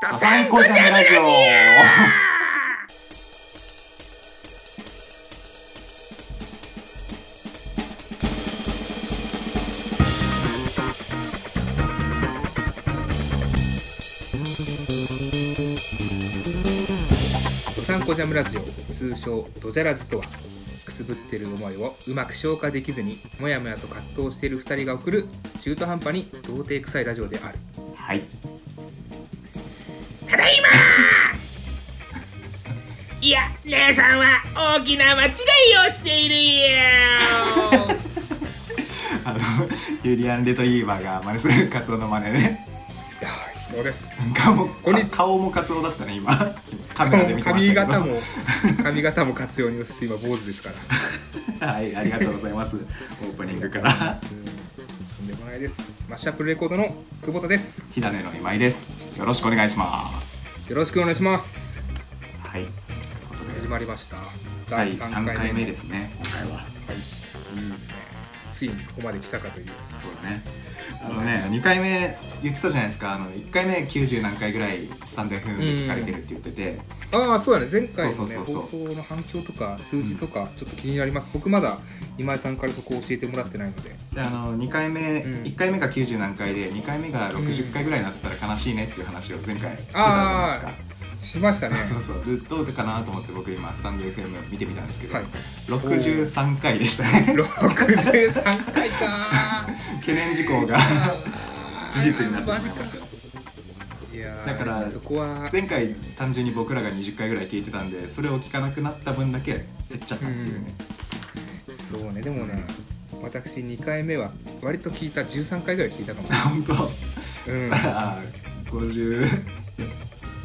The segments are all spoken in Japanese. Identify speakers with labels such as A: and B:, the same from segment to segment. A: ダ
B: サい子じゃねラジオ
A: ドサンコジャムラジオ通称ドジャラジとはくすぶってる思いをうまく消化できずにもやもやと葛藤している2人が送る中途半端に童貞臭いラジオである
B: はい
A: ただいまーいや姉さんは大きな間違いをしているよ
B: あのユリアン・レトリーバーが真似するカツオの真似ね
A: そうです
B: 顔も
A: こんに
B: 顔もカツオだったね今カメラで見てまし
A: 髪
B: たけど
A: 型も髪型も活用に寄せて今坊主ですから
B: はいありがとうございますオープニングから
A: とんでもないですマッシャップルレコードの久保田です
B: 火種の今井ですよろしくお願いします
A: よろしくお願いします
B: はい
A: 始まりました
B: 第3回目ですすね今回は
A: はいいいですねついにここまで来たかという
B: そうだねあのね2回目言ってたじゃないですかあの1回目90何回ぐらいスタンド FM で聞かれてるって言ってて
A: ああそうだね前回
B: そ
A: の
B: う
A: ね
B: そう
A: 放
B: そうそう
A: 送の反響とか数字とかちょっと気になります、僕まだ今井さんからそこを教えてもらってないので
B: であの2回目、
A: うん
B: 1回目が90何回で2回目が60回ぐらいになってたら悲しいねっていう話を前回してたじゃないですか
A: しましたね
B: そうそうそうどうかなと思って僕今スタンド FM 見てみたんですけど、
A: はい
B: 63回でしたね
A: 63回か
B: 懸念事項が 事実になってしまいました
A: ーいやー
B: だから
A: そこは
B: 前回単純に僕らが20回ぐらい聞いてたんでそれを聞かなくなった分だけ減っちゃったっていうね、
A: そうねでもね私2回目は割と聞いた13回ぐらい聞いたかも
B: 本当
A: うん
B: あー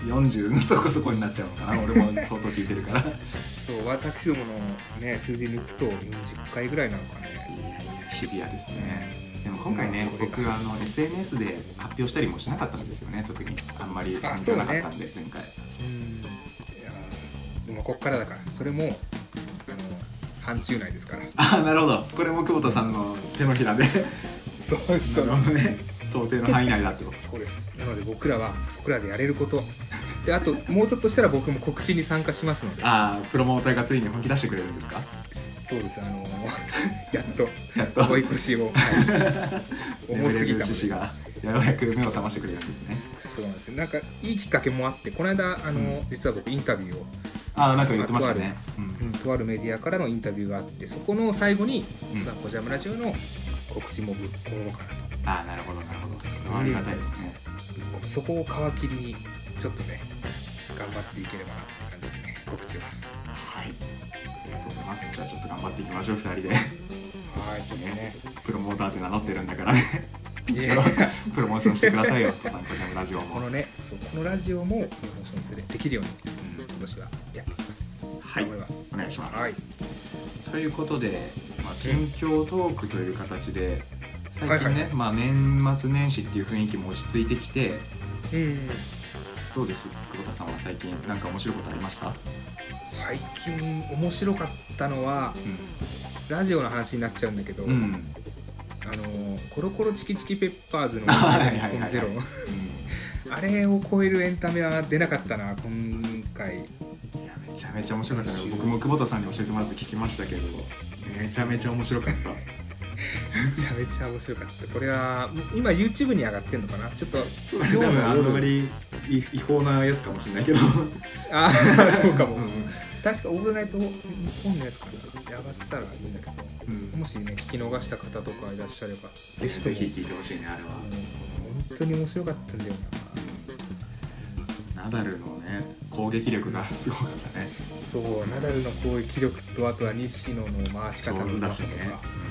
B: 5040そこそこになっちゃうのかな俺も相当聞いてるからい
A: そう私どものね数字抜くと40回ぐらいなのかね
B: やいやシビアですねでも今回ね僕あの SNS で発表したりもしなかったんですよね特にあんまり
A: あ
B: 関
A: そう
B: 係
A: ね
B: なかったんで、前回
A: うんいやーでもこっからだからそれもあの範疇内ですから
B: あーなるほどこれも久保田さんの手のひらで
A: そう そ
B: なるほどね 想定の範囲内だってこと
A: そうですなので僕らは僕らでやれることであともうちょっとしたら僕も告知に参加しますので
B: ああプロモーターがついに本気出してくれるんですか
A: そうですあのー やっと
B: やっと
A: 追い越しを、はい 重すぎたの
B: 獅
A: で
B: 子がようやく目を覚ましてくれるんですね
A: そうなんですよなんかいいきっかけもあってこの間あの、実は僕インタビューを、
B: ああなんか言ってましたね、
A: うんとあるメディアからのインタビューがあってそこの最後に
B: うん
A: 「ザコジャムラジオ」の告知もぶっ込もうかな
B: ああなるほどなるほどそれはありがたいですね、
A: とそこを皮切りにちょっとね頑張っていければなって感じですね告知は
B: はいありがとうございますじゃあちょっと頑張っていきましょう二人で
A: はいちょっとね
B: プロモーターって名乗ってるんだからね
A: いや
B: 一応プロモーションしてくださいよとさんこちゃんのラジオも、
A: このねそうこのラジオもプロモーションするできるように
B: う
A: 今年はやっていきます
B: んはい
A: 頑張ります
B: お願いします、
A: はい
B: ということで、まあ、近況トークという形で最近ね、
A: はいは
B: まあ、年末年始っていう雰囲気も落ち着いてきて
A: うん
B: どうです久保田さんは最近なんか面白いことありました、うん、
A: 最近面白かったのはラジオの話になっちゃうんだけど、
B: うん、うん、
A: あのーコロコロチキチキペッパーズの
B: はいはいはいはい
A: ゼロあれを超えるエンタメは出なかったな今回
B: いやめちゃめちゃ面白かったね僕も久保田さんに教えてもらって聞きましたけどめちゃめちゃ面白かった
A: めちゃめちゃ面白かったこれは今 YouTube に上がってんのかなちょっと
B: 多分あんまりい違法なやつかもしれないけ ど
A: あーそうかも、
B: うん
A: 確かオールナイト日本のやつかなで上がってたらいいんだけど
B: うん
A: もしね聞き逃した方とかいらっしゃれば
B: ぜひぜひ
A: も
B: 聞いてほしいねあれは
A: う、ん本当に面白かったんだよ
B: ナダルのね攻撃力がすごかった
A: な
B: ね
A: そうナダルの攻撃力とあとは西野の回し方
B: 上
A: の
B: 手
A: う
B: だ
A: ま
B: し
A: さ
B: ね
A: とか、うん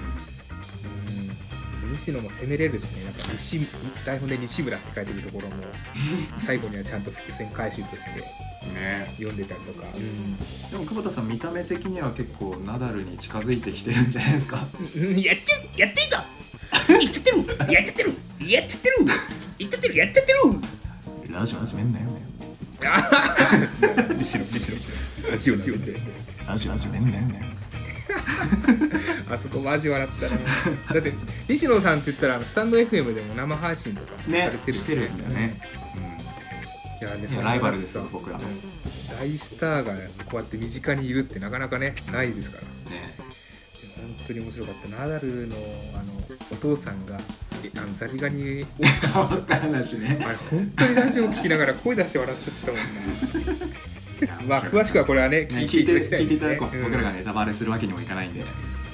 A: 西野も攻めれるしね、なんか西台本で西村って書いてるところも、最後にはちゃんと伏線回収として
B: うんね
A: 読んでたりとか、
B: でも久保田さん見た目的には結構ナダルに近づいてきてるんじゃないですか
A: うんやっちゃやっていいぞ言っちゃってるやっちゃってるやっちゃってる言っちゃってるやっちゃってる
B: ラジオ始めんなよ
A: 西野、西野、ラジオなんで
B: ラジオ始めんなよ
A: あそこマジ笑ったね。 だって、西野さんって言ったら、あのスタンド FM でも生配信とかさ
B: ね
A: れてる
B: してるんだよね、
A: いやね
B: いやライバルですよ僕らのね
A: うん大スターがこうやって身近にいるってなかなかねないですからでも 本当に面白かったナダルのあのお父さんがえあのザリガ ニを
B: 変わった話ね
A: あれ本当にラジオ聞きながら声出して笑っちゃったもんな、まあ、詳しくはこれはね
B: ね聞いて聞いていただ
A: ね
B: こう、僕らがネタバレするわけにもいかないんで、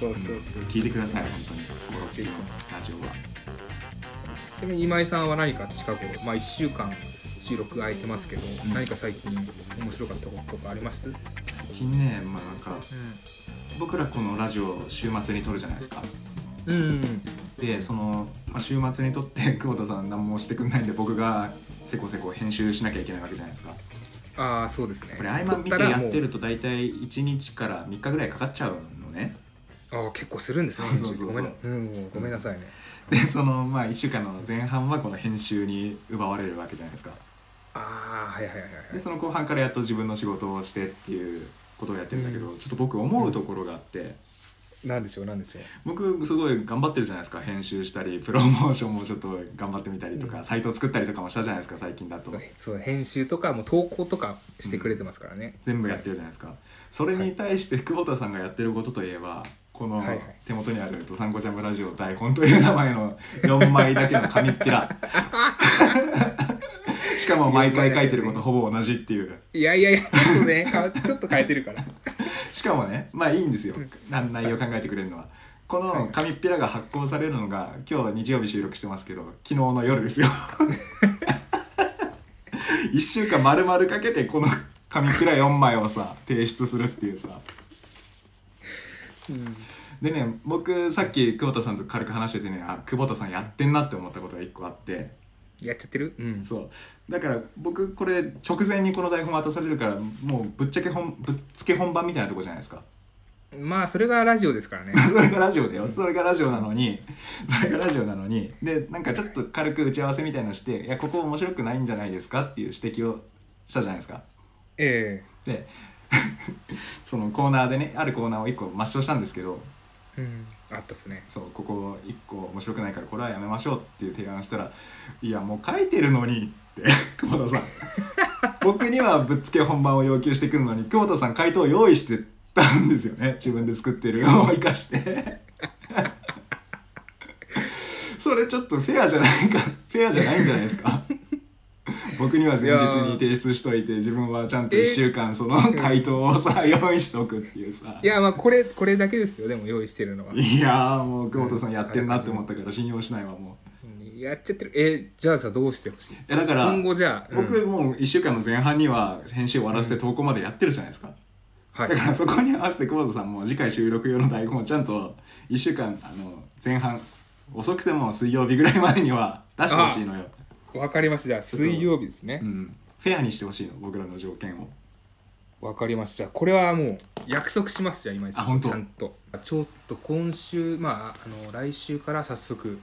A: そうそうそう
B: 聞いてください本当に心地いいのラジオは
A: ちなみに今井さんは何か近頃、まあ、1週間収録空いてますけど、
B: ん
A: 何か最近面白かったこととかあります、うん
B: 最近ねまあなんか僕らこのラジオを週末に撮るじゃないですか
A: うん、
B: でその、まあ、週末に撮って 久保田さん何もしてくんないんで僕がせこせこ編集しなきゃいけないわけじゃないですか
A: ああそうですね
B: これ合間見て
A: 撮たら
B: や
A: もう
B: ってると大体1日から3日ぐらいかかっちゃうのね
A: ああ結構するんですね
B: そうそうそう
A: ごめんなうんごめんなさいね
B: でそのまあ1週間の前半はこの編集に奪われるわけじゃないですか
A: ああはいはいはいはい
B: でその後半からやっと自分の仕事をしてっていうことをやってるんだけど、ちょっと僕思うところがあって
A: なんでしょうなんでしょう
B: 僕すごい頑張ってるじゃないですか編集したりプロモーションもちょっと頑張ってみたりとか、
A: うん
B: サイト作ったりとかもしたじゃないですか最近だと
A: そう編集とかもう投稿とかしてくれてますからね、
B: 全部やってるじゃないですかそれに対して久保田さんがやってることといえばこの
A: はいはい
B: 手元にある「ドサンコジャムラジオ台本」という名前の4枚だけの紙っぺ らしかも毎回書いてることほぼ同じっていう
A: い、やいやいやちょっと ねかちょっと変えてるから
B: しかもねまあいいんですよな内容考えてくれるのはこの紙っぺらが発行されるのが今日は日曜日収録してますけど昨日の夜ですよ1週間丸々かけてこの紙っぺら4枚をさ提出するっていうさ
A: うん
B: でね僕さっき久保田さんと軽く話しててねあ久保田さんやってんなって思ったことが1個あって
A: やっちゃってるうん
B: そうだから僕これ直前にこの台本渡されるからもうぶっちゃけ本ぶっつけ本番みたいなとこじゃないですか
A: まあそれがラジオですからね
B: それがラジオだよそれがラジオなのにそれがラジオなのにでなんかちょっと軽く打ち合わせみたいなのして「いやここ面白くないんじゃないですか?」っていう指摘をしたじゃないですか
A: え
B: で そのコーナーでねあるコーナーを1個抹消したんですけど
A: えうんあったっすね
B: そうここ1個面白くないからこれはやめましょうっていう提案したら「いやもう書いてるのに」って 久保田さん僕にはぶっつけ本番を要求してくるのに久保田さん回答を用意してたんですよね自分で作ってるのを生かして それちょっとフェアじゃないかフェアじゃないんじゃないですか僕には前日に提出しといて自分はちゃんと1週間その回答をさ用意しとくっていうさ
A: いやまあこれこれだけですよでも用意してるのはい
B: やーもう久保田さんやってんなって思ったから信用しないわもう
A: うんやっちゃってるえじゃあさどうしてほしい
B: えだから
A: 今後じゃあ、うん
B: 僕もう1週間の前半には編集終わらせて投稿までやってるじゃないですか
A: はい
B: だからそこに合わせて久保田さんも次回収録用の台本をちゃんと1週 間あの前半遅くても水曜日ぐらいまでには出してほしいのよ、
A: わかりましたじゃあ水曜日ですね
B: うん、フェアにしてほしいの僕らの条件を
A: わかりましたこれはもう約束しますじゃあ今井さん
B: あ本当
A: ちゃんとちょっと今週まああの来週から早速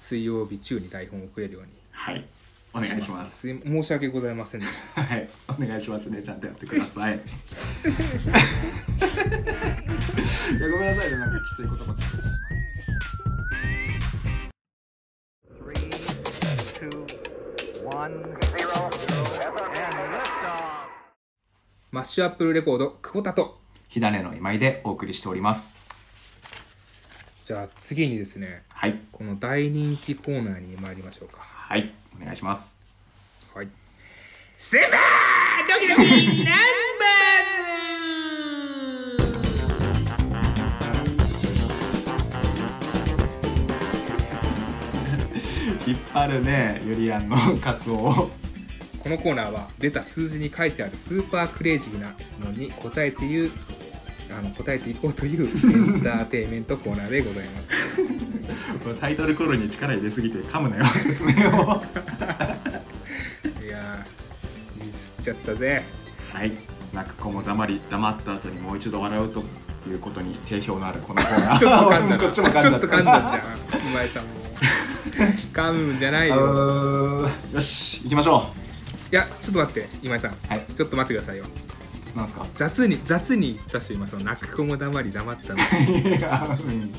A: 水曜日中に台本をくれるように
B: はいお願いします
A: すい申し訳ございませんでし
B: はい、お願いしますね。ちゃんとやってくだ さい。いやごめんなさいね、なんかきつい言葉。
C: Three, two, one, zero, and lift off.
A: マッシュアップルレコード久保田と
B: 火種の今井でお送りしております。
A: じゃあ次にですね
B: はい、
A: この大人気コーナーに参りましょうか
B: はい、お願いします。
A: はいスーパードキドキナンバーズ
B: 引っ張るね、ゆりやんの活動を。
A: このコーナーは出た数字に書いてあるスーパークレイジーな質問に答えていうあの答えていこうというエンターテインメントコーナーでございます
B: タイトルコールに力入れすぎて噛むなよ、説明を。
A: いやーミスっちゃったぜ
B: はい、泣く子も黙り、黙った後にもう一度笑うということに定評のあるこのコーナー。
A: ちょっと噛んだ
B: こっちも噛んじ
A: ち
B: ゃ
A: ょ
B: っ
A: ったと。噛んだじゃん今井さんも噛むんじゃな い
B: あ
A: よ
B: のーよし、行きましょ
A: いやちょっと待って今井さん
B: う。はい、
A: ちょっと待ってくださいよ
B: なんすか。
A: 雑に雑に言ったし今その泣く子も黙り黙ったの
B: いやうん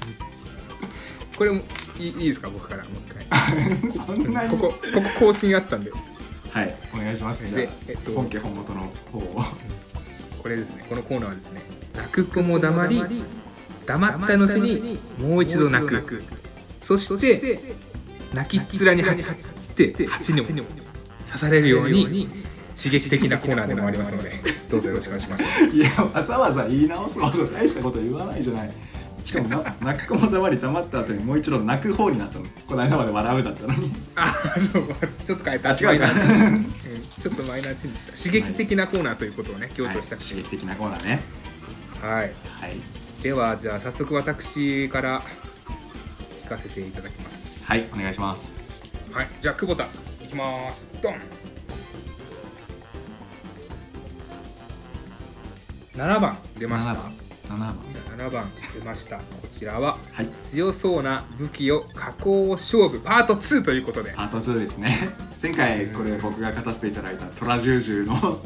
A: これもいいいいですか僕からもう一回
B: そんなに
A: ここここ更新あったんで
B: はいお願いしますじゃ
A: で
B: あ、
A: えっと
B: 本家本元の方を
A: これですねこのコーナーはですね泣く子も黙り黙った後にもう一度泣くそして泣きっ面にはつって蜂にも刺されるように刺激的なコーナーでもありますのでどうぞよろしくお願いします
B: いやわざわざ言い直すほど大したこと言わないじゃないしかもな泣く子も黙り黙った後にもう一度泣く方になったのこの間まで笑うだったのに
A: あそうちょっと変えた
B: あ違うか
A: マイナーうんちょっとマイナーチェンジした刺激的なコーナーということをね強
B: はい
A: 調した
B: 刺激
A: くて
B: 的なコーナーね
A: は
B: は
A: い
B: い
A: ではじゃあ早速私から聞かせていただきます
B: はいお願いします
A: はい、じゃあ久保田いきます。ドン。7番出まし
B: 7
A: た。
B: 番7番
A: 7番出ました。こちらは
B: はい
A: 強そうな武器を加工勝負パート2ということで。
B: パート2ですね前回これ僕が勝たせていただいたトラジュージュの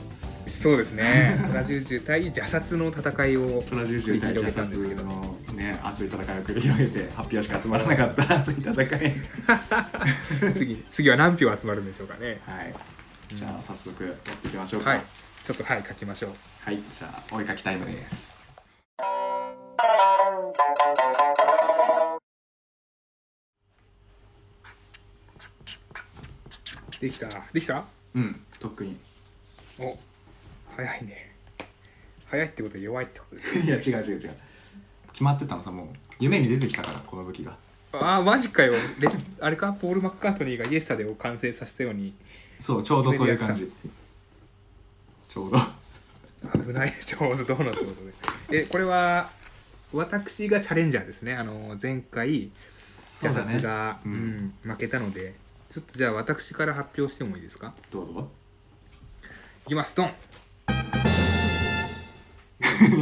A: そうで すね。虎十十対邪殺の戦いを
B: トラジュージュ対射殺
A: 繰り広げたんで
B: のね熱い戦いを繰り広げて8票しか集まらなかった熱い戦い
A: すけど、次次は何票集まるんでしょうかね。
B: はいじゃあ早速やっていきましょうか
A: はい、ちょっとはい書きましょう。
B: はい、じゃあお絵かきタイムです
A: できたできた？
B: うん特 に
A: お、早いね。早いってことは弱いってことです。
B: いや違う違う違う決まってたのさもう夢に出てきたからこの武器が
A: ああマジかよレあれかポール・マッカートニーがイエスタデーを完成させたように
B: そうちょうどそういう感じちょうど
A: 危ないちょうどどうのちょうどでえこれは私がチャレンジャーですねあの前回
B: そ
A: 射殺が
B: う
A: う、
B: ん、
A: ん負けたのでちょっとじゃあ私から発表してもいいですか
B: どうぞ
A: いきますドン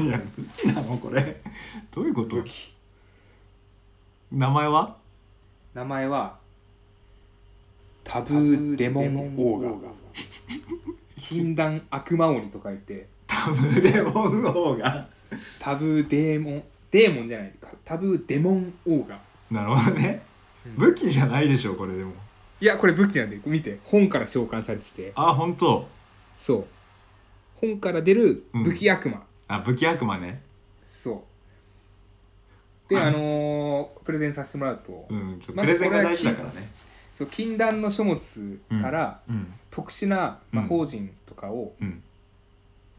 B: いや武器なのこれどういうこと名前 は
A: 名前はタブーデモンオーガ禁断悪魔鬼と書いて
B: タブデモン王が
A: タブーデーモンデーモンじゃないかタブーデモンオーガ
B: なるほどね武器じゃないでしょこれでも
A: いやこれ武器なんで見て本から召喚されてて
B: あ本当
A: そう本から出る武器悪魔、
B: あ武器悪魔ね
A: そう であのープレゼンさせてもらうと、
B: うんちょっと
A: まあ
B: プレゼンが大事だからね、
A: そう禁断の書物から
B: うん
A: 特殊な魔法陣とかを、
B: うん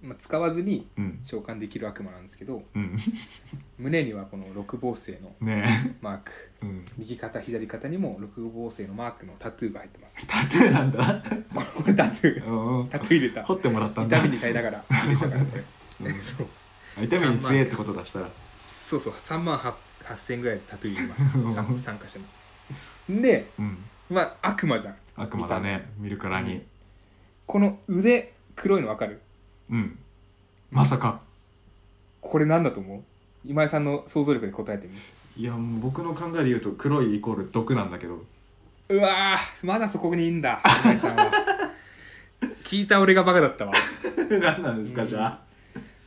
A: まあ、使わずに
B: うん
A: 召喚できる悪魔なんですけど
B: うん
A: 胸にはこの六芒星の
B: ね
A: マーク
B: え、うん、
A: 右肩左肩にも六芒星のマークのタトゥーが入ってます
B: タトゥーなんだ
A: これタト ゥー
B: うん
A: タトゥー入れた
B: 掘ってもらったんだ
A: 痛みに耐えながら入れたからこれ
B: うん
A: そう
B: あ痛みに強えってことだしたら
A: そうそう3万8000円ぐらいでタトゥー入れ ました参参加者にで
B: うん
A: まあ悪魔じゃん
B: 悪魔だね見るからに
A: この腕黒いの分かる
B: うんまさか
A: これなんだと思う今井さんの想像力で答えてみ
B: いやもう僕の考えで言うと黒いイコール毒なんだけど
A: うわーまだそこにいんだ今井さん は聞いた俺がバカだったわ
B: 何なんですかじゃあ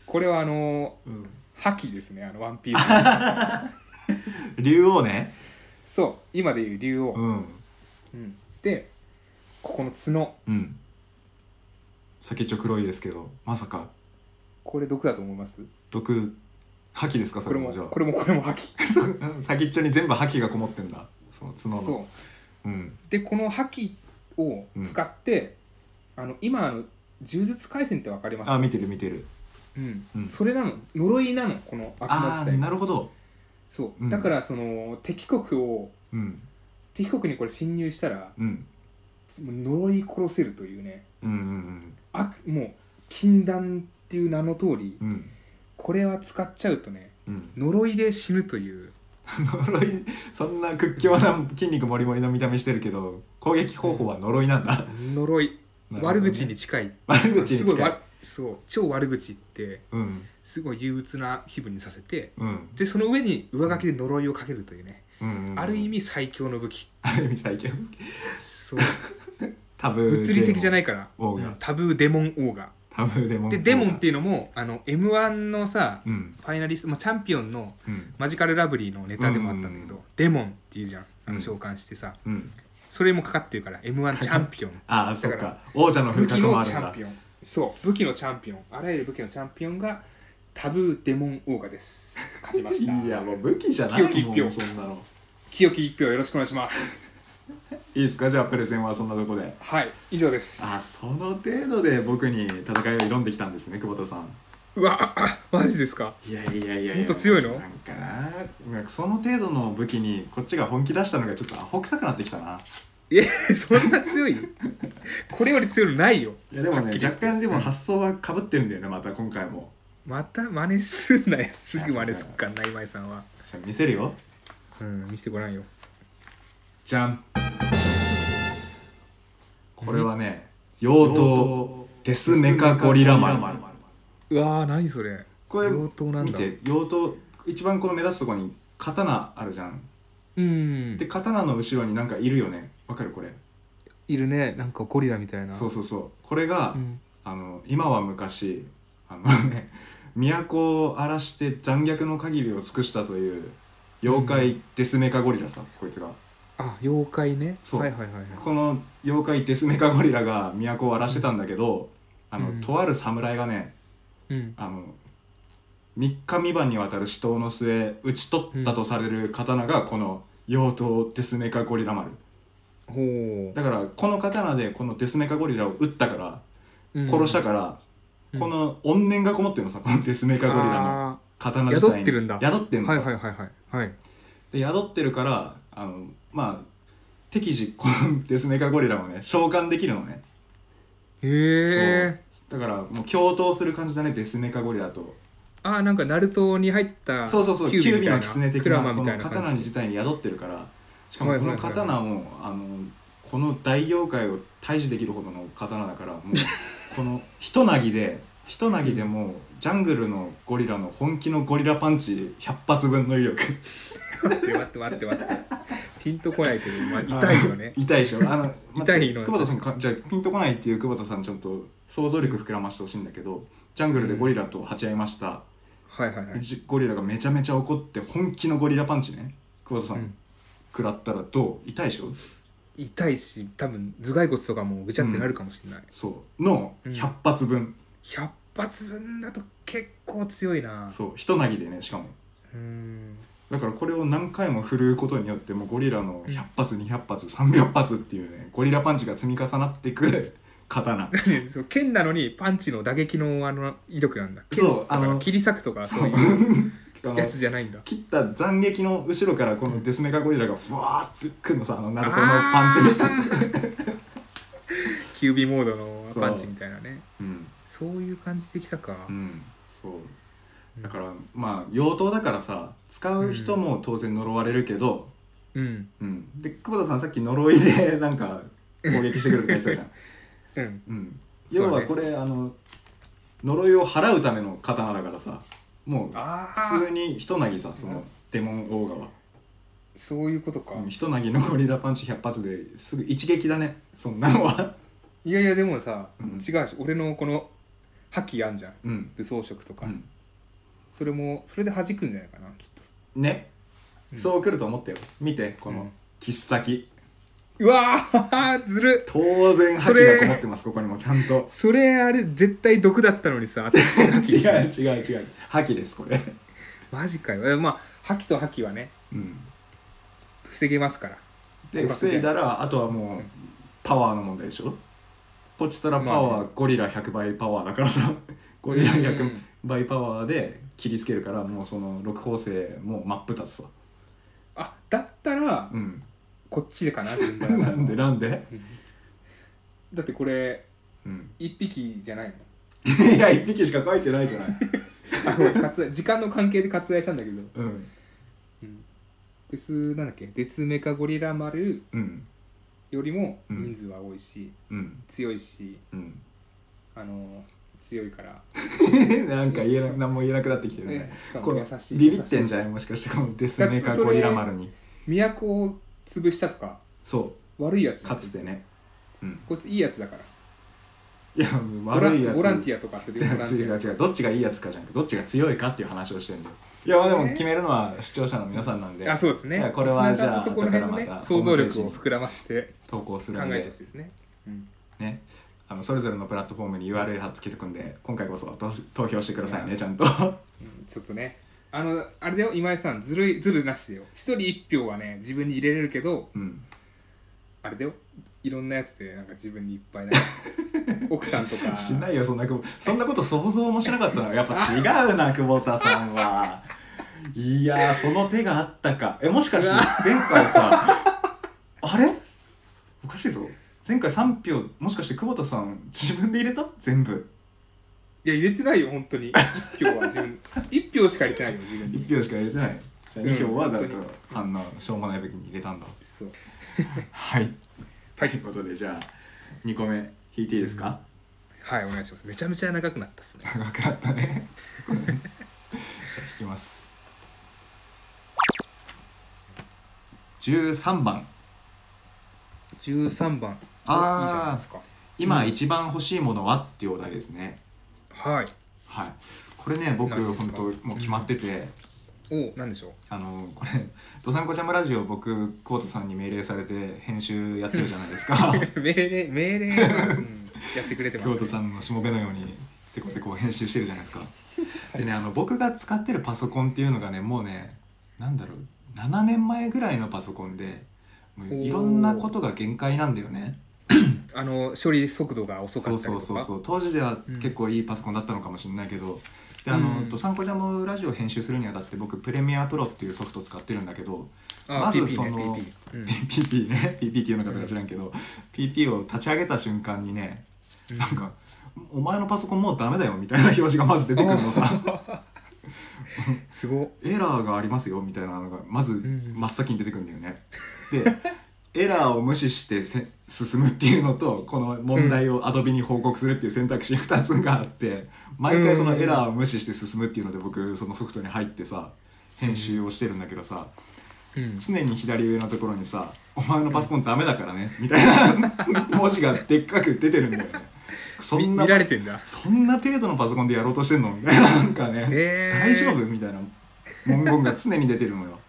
A: これはあの
B: うん
A: ー、覇気ですねあのワンピー スの
B: 竜王ね
A: そう今でいう竜王、
B: うん
A: うんでここの角
B: うん先っちょ黒いですけどまさか
A: これ毒だと思います
B: 毒覇気ですかそ
A: これ
B: れ
A: も
B: もじゃあ
A: これもこれも覇気
B: そううん 先っちょに全部覇気がこもってんだその角の
A: そう
B: うん
A: でこの覇気を使って、あの今あの柔術回戦ってわかります
B: あ見てる見てる
A: うん
B: うん
A: それなの呪いなのこの悪魔
B: あ
A: 自
B: あ
A: 体
B: ーなるほど
A: そう、
B: うん
A: だからその敵国を
B: うん
A: 敵国にこれ侵入したら
B: うん
A: もう呪い殺せるというね
B: うんうん
A: 悪もう禁断っていう名の通り
B: うんうん
A: これは使っちゃうとね
B: うん
A: 呪いで死ぬという
B: 呪いそんな屈強な筋肉もりもりの見た目してるけど攻撃方法は呪いなんだ、
A: 呪い、
B: なるほどね
A: 悪口に近い
B: 悪口
A: す
B: に
A: ごい
B: 近い
A: わそう超悪口って
B: うん
A: すごい憂鬱な気分にさせて
B: うん
A: でその上に上書きで呪いをかけるというね、
B: うんうん
A: ある意味最強の武器
B: ある意味最強
A: そう
B: タブー
A: 物理的じゃないいから
B: オーガ
A: うんタブーデモンオーガ
B: タブーデモン
A: でデモンっていうのもあの m 1のさ、
B: うん
A: ファイナリスト、まあ、チャンピオンの
B: うん
A: マジカルラブリーのネタでもあったんだけど、
B: うん
A: デモンっていうじゃんあ
B: う
A: の
B: ん
A: 召喚してさ、
B: うん
A: それもかかってるから m 1チャンピオン
B: ああ
A: だか
B: そ
A: ら
B: っか王者の風
A: 武器
B: 格も
A: の
B: ある
A: チ
B: ん
A: ャン
B: だ
A: ピオンそう武器のチャンピオンあらゆる武器のチャンピオンがタブーデモンオーガです勝ちました
B: いやもう武器じゃない
A: 清き一
B: も
A: 票
B: んそんなの
A: 清き一票よろしくお願いします
B: いいですかじゃあプレゼンはそんなとこで
A: はい以上です
B: あその程度で僕に戦いを挑んできたんですね久保田さん
A: うわああマジですか
B: いやいやいや
A: もっと強いの
B: なんかななんかその程度の武器にこっちが本気出したのがちょっとアホ臭くなってきたな
A: えそんな強いこれより強いのないよ
B: いやでも
A: はっ
B: ね
A: きり言っ
B: 若
A: て
B: 干でも発想はかぶってるんだよねまた今回も
A: また真似すんなよすぐ真似すっかんな今井さんは
B: じゃあ見せるよ
A: うん見せてごらんよ
B: じゃんこれはね妖刀デスメカゴリラマル
A: うわー何それ
B: これ
A: 妖刀なん
B: 見
A: だ
B: て妖刀一番この目立つとこに刀あるじゃん
A: うん
B: で刀の後ろになんかいるよねわかるこれ
A: いるねなんかゴリラみたいな
B: そうそうそうこれが、
A: うん
B: あの今は昔あの ね都を荒らして残虐の限りを尽くしたという妖怪デスメカゴリラさん、こいつが
A: あ妖怪ね
B: そう
A: はいはいはいはい
B: この妖怪デスメカゴリラが都を荒らしてたんだけどあの、
A: うん
B: とある侍がね
A: うん
B: あの3日三晩にわたる死闘の末討ち取ったとされる刀がこの妖刀デスメカゴリラ丸
A: ほ
B: だからこの刀でこのデスメカゴリラを撃ったから
A: う、うん
B: 殺したから、
A: うん
B: この怨念がこもってるのさこのデスメカゴリラの
A: あ
B: 刀
A: ー
B: 自体に
A: 宿ってるんだ
B: 宿って
A: ー
B: んの
A: はいはいはいはいはい
B: で宿ってるからあのまあ適時このデスメカゴリラもね召喚できるのね、
A: へえ
B: そうだからもう共闘する感じだねデスメカゴリラと
A: あーなんかナルトに入った
B: そうそうそうキ
A: キ
B: ュ
A: ュ
B: ー
A: ー
B: ビ
A: ビ
B: の
A: みたい
B: 狐
A: な
B: 的
A: クラ
B: な
A: マー
B: こ
A: みた
B: の
A: いな
B: 刀
A: 感じ
B: 自体に宿ってるからしかも
A: はい
B: こ
A: はいは
B: の
A: いはい
B: 刀もあのこの大妖怪を退治できるほどの刀だからもう このひとなぎでひとなぎでもうジャングルのゴリラの本気のゴリラパンチ100発分の威力
A: 待って待って待って待ってピンとこないけど、まあ、痛いよね
B: あ の痛いでしょあの
A: 痛いの
B: 久保田さんかじゃあピンとこないっていう久保田さんちょっと想像力膨らましてほしいんだけどジャングルでゴリラと鉢合いました、
A: はいはいはい
B: でじゴリラがめちゃめちゃ怒って本気のゴリラパンチね久保田さん、
A: うん
B: 食らったらどう痛いでしょ
A: 痛いし多分頭蓋骨とかもぐちゃってなるかもしれない、
B: そうの
A: うん
B: 100発分、
A: 100発分だと結構強いな
B: そうひとなぎでねしかも
A: うーん
B: だからこれを何回も振るうことによってもうゴリラの100発200発300発っていうねゴリラパンチが積み重なってくる刀
A: 何そう剣なのにパンチの打撃のあの威力なんだ剣
B: そうあ
A: だから
B: の
A: 切り裂くとか そういう
B: あの
A: やつじゃないんだ
B: 切った斬撃の後ろからこのデスメカゴリラがふわーってくるのさあのナルトのパンチみたいな、
A: キュービモードのパンチみたいなね
B: うん
A: そういう感じできたか
B: うん、そうだからまあ妖刀だからさ使う人も当然呪われるけど、
A: うん
B: うん、で久保田さんさっき呪いでなんか攻撃してくるとか言ってたじゃん、
A: うん
B: うん、
A: そうだ
B: 要
A: ね
B: はこれ、あの呪いを払うための刀だからさもう
A: ああ
B: 普通にひとなぎさそのデモンオーガは
A: そういうことか、
B: うんひとなぎのゴリラパンチ100発ですぐ一撃だねそんなのは
A: いやいやでもさ、
B: うん
A: 違うし俺のこの覇気あんじゃん
B: うん、
A: 武装色とか、
B: うん、
A: それもそれで弾くんじゃないかなきっと
B: ね、
A: うん
B: そう来ると思ったよ見てこの切っ先
A: うわー ずる
B: 当然
A: そ
B: 覇気
A: れ
B: がこもって ますここにもちゃんと
A: それあれ絶対毒だったのにさ 当たってる覇 気
B: 違う
A: でしょ
B: 違う違う覇気ですこれ
A: マジかよえまあ覇気と覇気はね
B: うん
A: 防げますから
B: で
A: よかった
B: 防いだらあとはもうパワーの問題でしょポチトラパ
A: ま
B: ワ
A: あ
B: ーゴリラ100倍パワーだから さゴリラ
A: う
B: 100
A: ん
B: 倍パワーで切りつけるからもうその六方星もう真っ二つさ
A: あだったら
B: うん
A: こっちでかな順番
B: なんでなんで
A: だってこれ
B: うん
A: 一匹じゃないの
B: いや一匹しか書いてないじゃない
A: あごめん割愛時間の関係で割愛したんだけど
B: うん
A: デスなんだっけデスメカゴリラ丸
B: うん
A: よりも
B: うん
A: 人数は多いし、
B: うん
A: 強いし
B: うん
A: あの強いから、
B: なんか言えな何も言えなくなってきてるね
A: ね。しか
B: こ
A: も
B: の
A: 優しい
B: ビビってん
A: 優しい
B: じゃんもしかしてこのデスメカゴリラ丸に
A: 都を潰したとか
B: そ
A: 悪いや
B: う
A: つじゃん
B: かつてねうん
A: こいついいやつだから
B: いやもう
A: ボラ
B: 悪いや
A: ン
B: つ
A: ボランティアとかする
B: 違
A: よボ
B: う
A: ランテ
B: 違う
A: ィア
B: 違うどっちがいいやつかじゃなくてどっちが強いかっていう話をしてるんだよいやまあでも決めるのは視聴者の皆さんなんで
A: あそうですね
B: じゃあこれはじゃあ
A: そこの辺の
B: 後からま
A: ね
B: た
A: 想像力
B: ホーム
A: を
B: ページに
A: 膨らませて
B: 投稿す
A: 考
B: るん
A: えて
B: で
A: ほしいですね、うん
B: ねあのそれぞれのプラットフォームに URL 貼っつけてくんで今回こそ投投票してくださいねちゃんと
A: うんちょっとねあのあれだよ今井さんずるいずるなしだよ一人一票はね自分に入れれるけど
B: うん
A: あれだよいろんなやつでなんか自分にいっぱいな 奥さんとか
B: しないよそんな久保そんなこと想像もしなかったのやっぱ違うな久保田さんはいやーその手があったかえもしかして前回さあれおかしいぞ前回3票もしかして久保田さん自分で入れた全部
A: いや入れてないよ本当に一票は自分 一票しか入れてないよ自分に
B: 1票しか入れてないじゃあ
A: うん
B: 2票はだから、
A: 本
B: あんなしょうもない時に入れたんだ
A: そう
B: はい
A: は
B: とい
A: いう
B: ことでじゃあ2個目引いていいですか、
A: はいお願いしますめちゃめちゃ長くなったっすね
B: 長くなったねじゃあ引きます13番
A: 13番
B: あー
A: いいじゃないですか
B: 今一番欲しいものはっていうお題ですね、
A: はい
B: はいこれね僕
A: なるほど
B: 本当もう決まってて、
A: おなんでしょう
B: あのこれ「どさんこちゃむラジオ」僕コートさんに命令されて編集やってるじゃないですか
A: 命令命令が、うんやってくれてます、
B: コートさんのしもべのようにせこせこ編集してるじゃないですかでねあの僕が使ってるパソコンっていうのがねもうねなんだろう7年前ぐらいのパソコンでもういろんなことが限界なんだよね
A: あの処理速度が遅か
B: そう
A: った
B: そ
A: りと
B: う
A: か
B: そうそう当時では結構いいパソコンだったのかもしれないけど、であの、
A: うん
B: とサンコジャムラジオ編集するにあたって僕プレミアプロっていうソフト使ってるんだけど
A: あ
B: まず
A: PP ね
B: その
A: PP うん
B: PP ね PP っていうのかどうか知らんけど、PP を立ち上げた瞬間にね
A: うん
B: なんか「お前のパソコンもうダメだよ」みたいな表示がまず出てくるのさ
A: すごっ
B: 「エラーがありますよ」みたいなのがまず
A: ん
B: 真っ先に出てくるんだよね。でエラーを無視してせ進むっていうのとこの問題をアドビに報告するっていう選択肢2つがあって毎回そのエラーを無視して進むっていうので僕そのソフトに入ってさ編集をしてるんだけどさ
A: うん
B: 常に左上のところにさ「お前のパソコンダメだからね」みたい な文字がでっかく出てるんだよね。そ
A: み
B: んな
A: 見られてんだ
B: そんな程度のパソコンでやろうとしてんのみたいななんかね、
A: へー
B: 大丈夫みたいな文言が常に出てるのよ、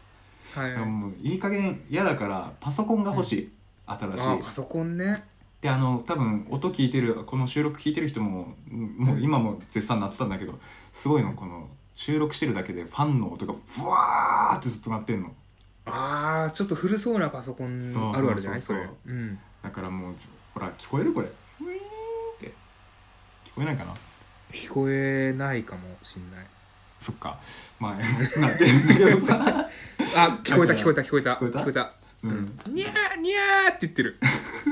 A: はい、あ
B: もういい加減嫌だからパソコンが欲しい、新しい
A: パソコンね
B: であの多分音聞いてるこの収録聞いてる人もうんもう今も絶賛鳴ってたんだけどすごいのこの収録してるだけでファンの音がふわーってずっと鳴ってんの
A: ああちょっと古そうなパソコン
B: そう
A: あるあるじゃない
B: そ
A: そう
B: そうそ
A: れ
B: う
A: うん
B: だからもうほら聞こえるこれウィーンって聞こえないかな
A: 聞こえないかもしんない
B: そっかまあ 鳴ってるんだけど さ
A: あ聞こえた聞こえた聞こえた
B: 聞こえた
A: 聞こえた
B: うん
A: にゃーにゃーって言って る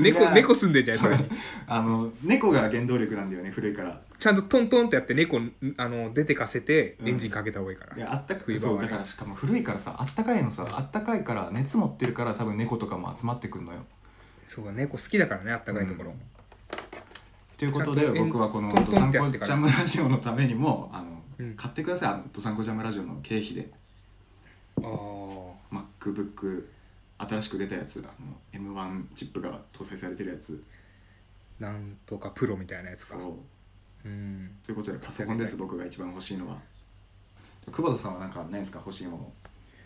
A: 猫
B: ー
A: 猫住んでんじゃない
B: そ
A: それ
B: れあの猫が原動力なんだよね古いから
A: ちゃんとトントンってやって猫あの出てかせてエンジンかけた方がいいから、
B: であったか
A: 冬
B: い
A: 場は
B: そ
A: ね
B: うだからしかも古いからさあったかいのさあったかいから熱持ってるから多分猫とかも集まってくんのよ
A: そうだ猫好きだからねあったかいところ、
B: うんということで
A: ちゃんとえん
B: 僕はこの「
A: トン
B: ド
A: ト
B: サ
A: ンっ
B: ン
A: てや
B: コジ
A: ってから
B: ャムラジオ」のためにもあの、
A: うん
B: 買ってくださいあの「ドサンコジャムラジオ」の経費で
A: あ
B: MacBook 新しく出たやつあの M1 チップが搭載されてるやつ
A: あなんとかプロみたいなやつ
B: そ
A: か
B: う
A: うん
B: ということでパソコンです僕が一番欲しいのは久保田さんは何かないですか欲しいもの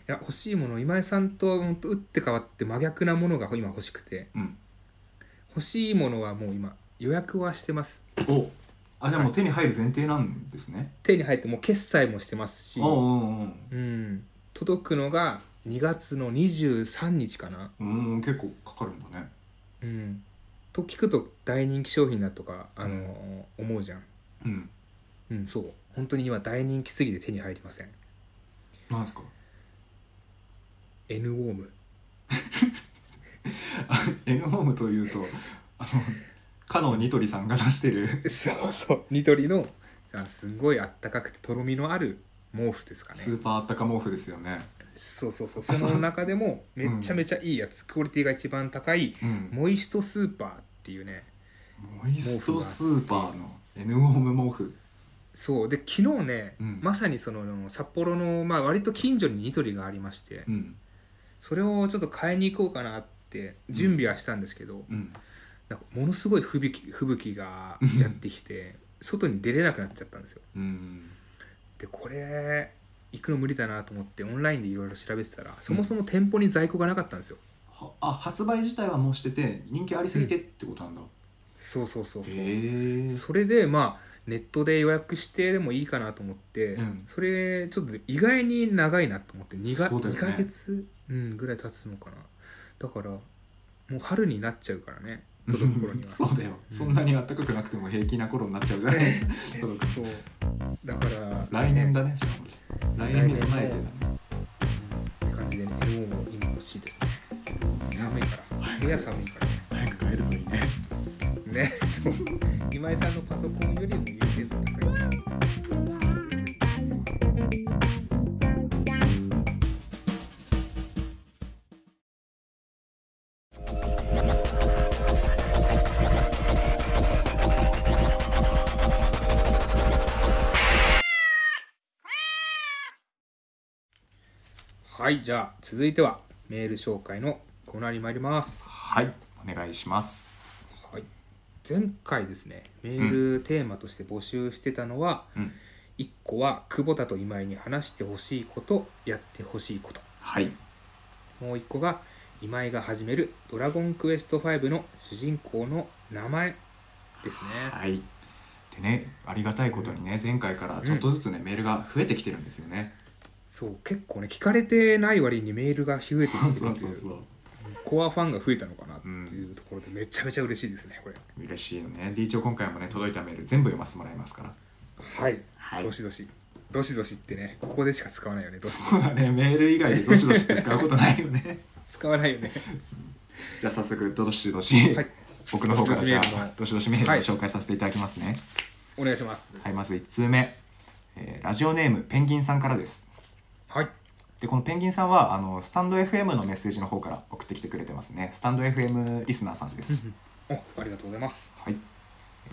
A: いや欲しいもの今井さんとほんと打って変わって真逆なものが今欲しくて
B: うん
A: 欲しいものはもう今予約はしてます
B: おあじゃあもう手に入る前提なんですね、
A: 手に入ってもう決済もしてますし
B: おうおうおう
A: うん届くのが2月の23日かな
B: うん結構かかるんだね
A: うんと聞くと大人気商品だとか、あのー思うじゃん
B: うん
A: うんそう本当に今大人気すぎて手に入りません
B: なんですか
A: N ウォーム
B: N ホームというとあのカノンニトリさんが出してる
A: そうそうニトリのあすんごいあったかくてとろみのある毛布ですかね
B: スーパーあったか毛布ですよね
A: そうそうそう
B: あそう
A: その中でもめちゃめちゃいいやつ、クオリティが一番高い
B: うん
A: モイストスーパーっていうね
B: モイストスーパーの N ホーム毛布
A: そうで昨日ね、
B: うん
A: まさにその札幌の、まあ、割と近所にニトリがありまして、
B: うん
A: それをちょっと買いに行こうかなって準備はしたんですけど、
B: うん
A: なんかものすごい吹雪吹雪がやってき て外に出れなくなっちゃったんですよ
B: うん
A: でこれ行くの無理だなと思ってオンラインでいろいろ調べてたらそもそも店舗に在庫がなかったんですよ、
B: はあ発売自体はもうしてて人気ありすぎてってことなんだ、
A: そうそうそうそう、
B: へえ
A: それでまあネットで予約してでもいいかなと思って、
B: うん
A: それちょっと意外に長いなと思って 2, が
B: そうだよ
A: 2
B: ね
A: ヶ月、うん、ぐらい経つのかなだからもう春になっちゃうからね届く頃に は
B: そうだよ、
A: うん
B: そんなに暖かくなくても平気な頃になっちゃうじゃないですか届く
A: そうだから
B: 来年だねしかも来年に備えてだ
A: って感じでねもう今欲しいですね寒いから部屋寒いから
B: 早
A: ね
B: く帰るといいね
A: ね、そう今井さんのパソコンよりも優先度高い。はい、じゃあ続いてはメール紹介のコーナーに参ります。
B: はいお願いします
A: はい、前回ですねメールテーマとして募集してたのは、
B: うん
A: 一1個は久保田と今井に話してほしいことやってほしいこと
B: はい
A: もう1個が今井が始める「ドラゴンクエスト5」の主人公の名前ですね
B: はいでねありがたいことにね前回からちょっとずつね、メールが増えてきてるんですよね
A: そう結構ね聞かれてない割にメールが増えてきてるって
B: そ
A: いうう
B: そうそう
A: コアファンが増えたのかなっていうところでめちゃめちゃ嬉しいですねこれ
B: 嬉しいよね D 長今回もね届いたメール全部読ませてもらいますから
A: は
B: は
A: い、
B: い
A: どしどしどしどしってねここでしか使わないよねどし
B: そうだねメール以外でどしどしって使うことないよね
A: 使わないよね
B: じゃあ早速どしどし、
A: はい
B: 僕の方からじゃ
A: どしどしメール
B: あ
A: の
B: どしどしメールを
A: はい
B: 紹介させていただきますね、
A: お願いします
B: はい、まず1通目、えーラジオネームペンギンさんからです
A: はい
B: でこのペンギンさんはあのスタンド FM のメッセージの方から送ってきてくれてますねスタンド FM リスナーさんです
A: おありがとうございます。
B: はい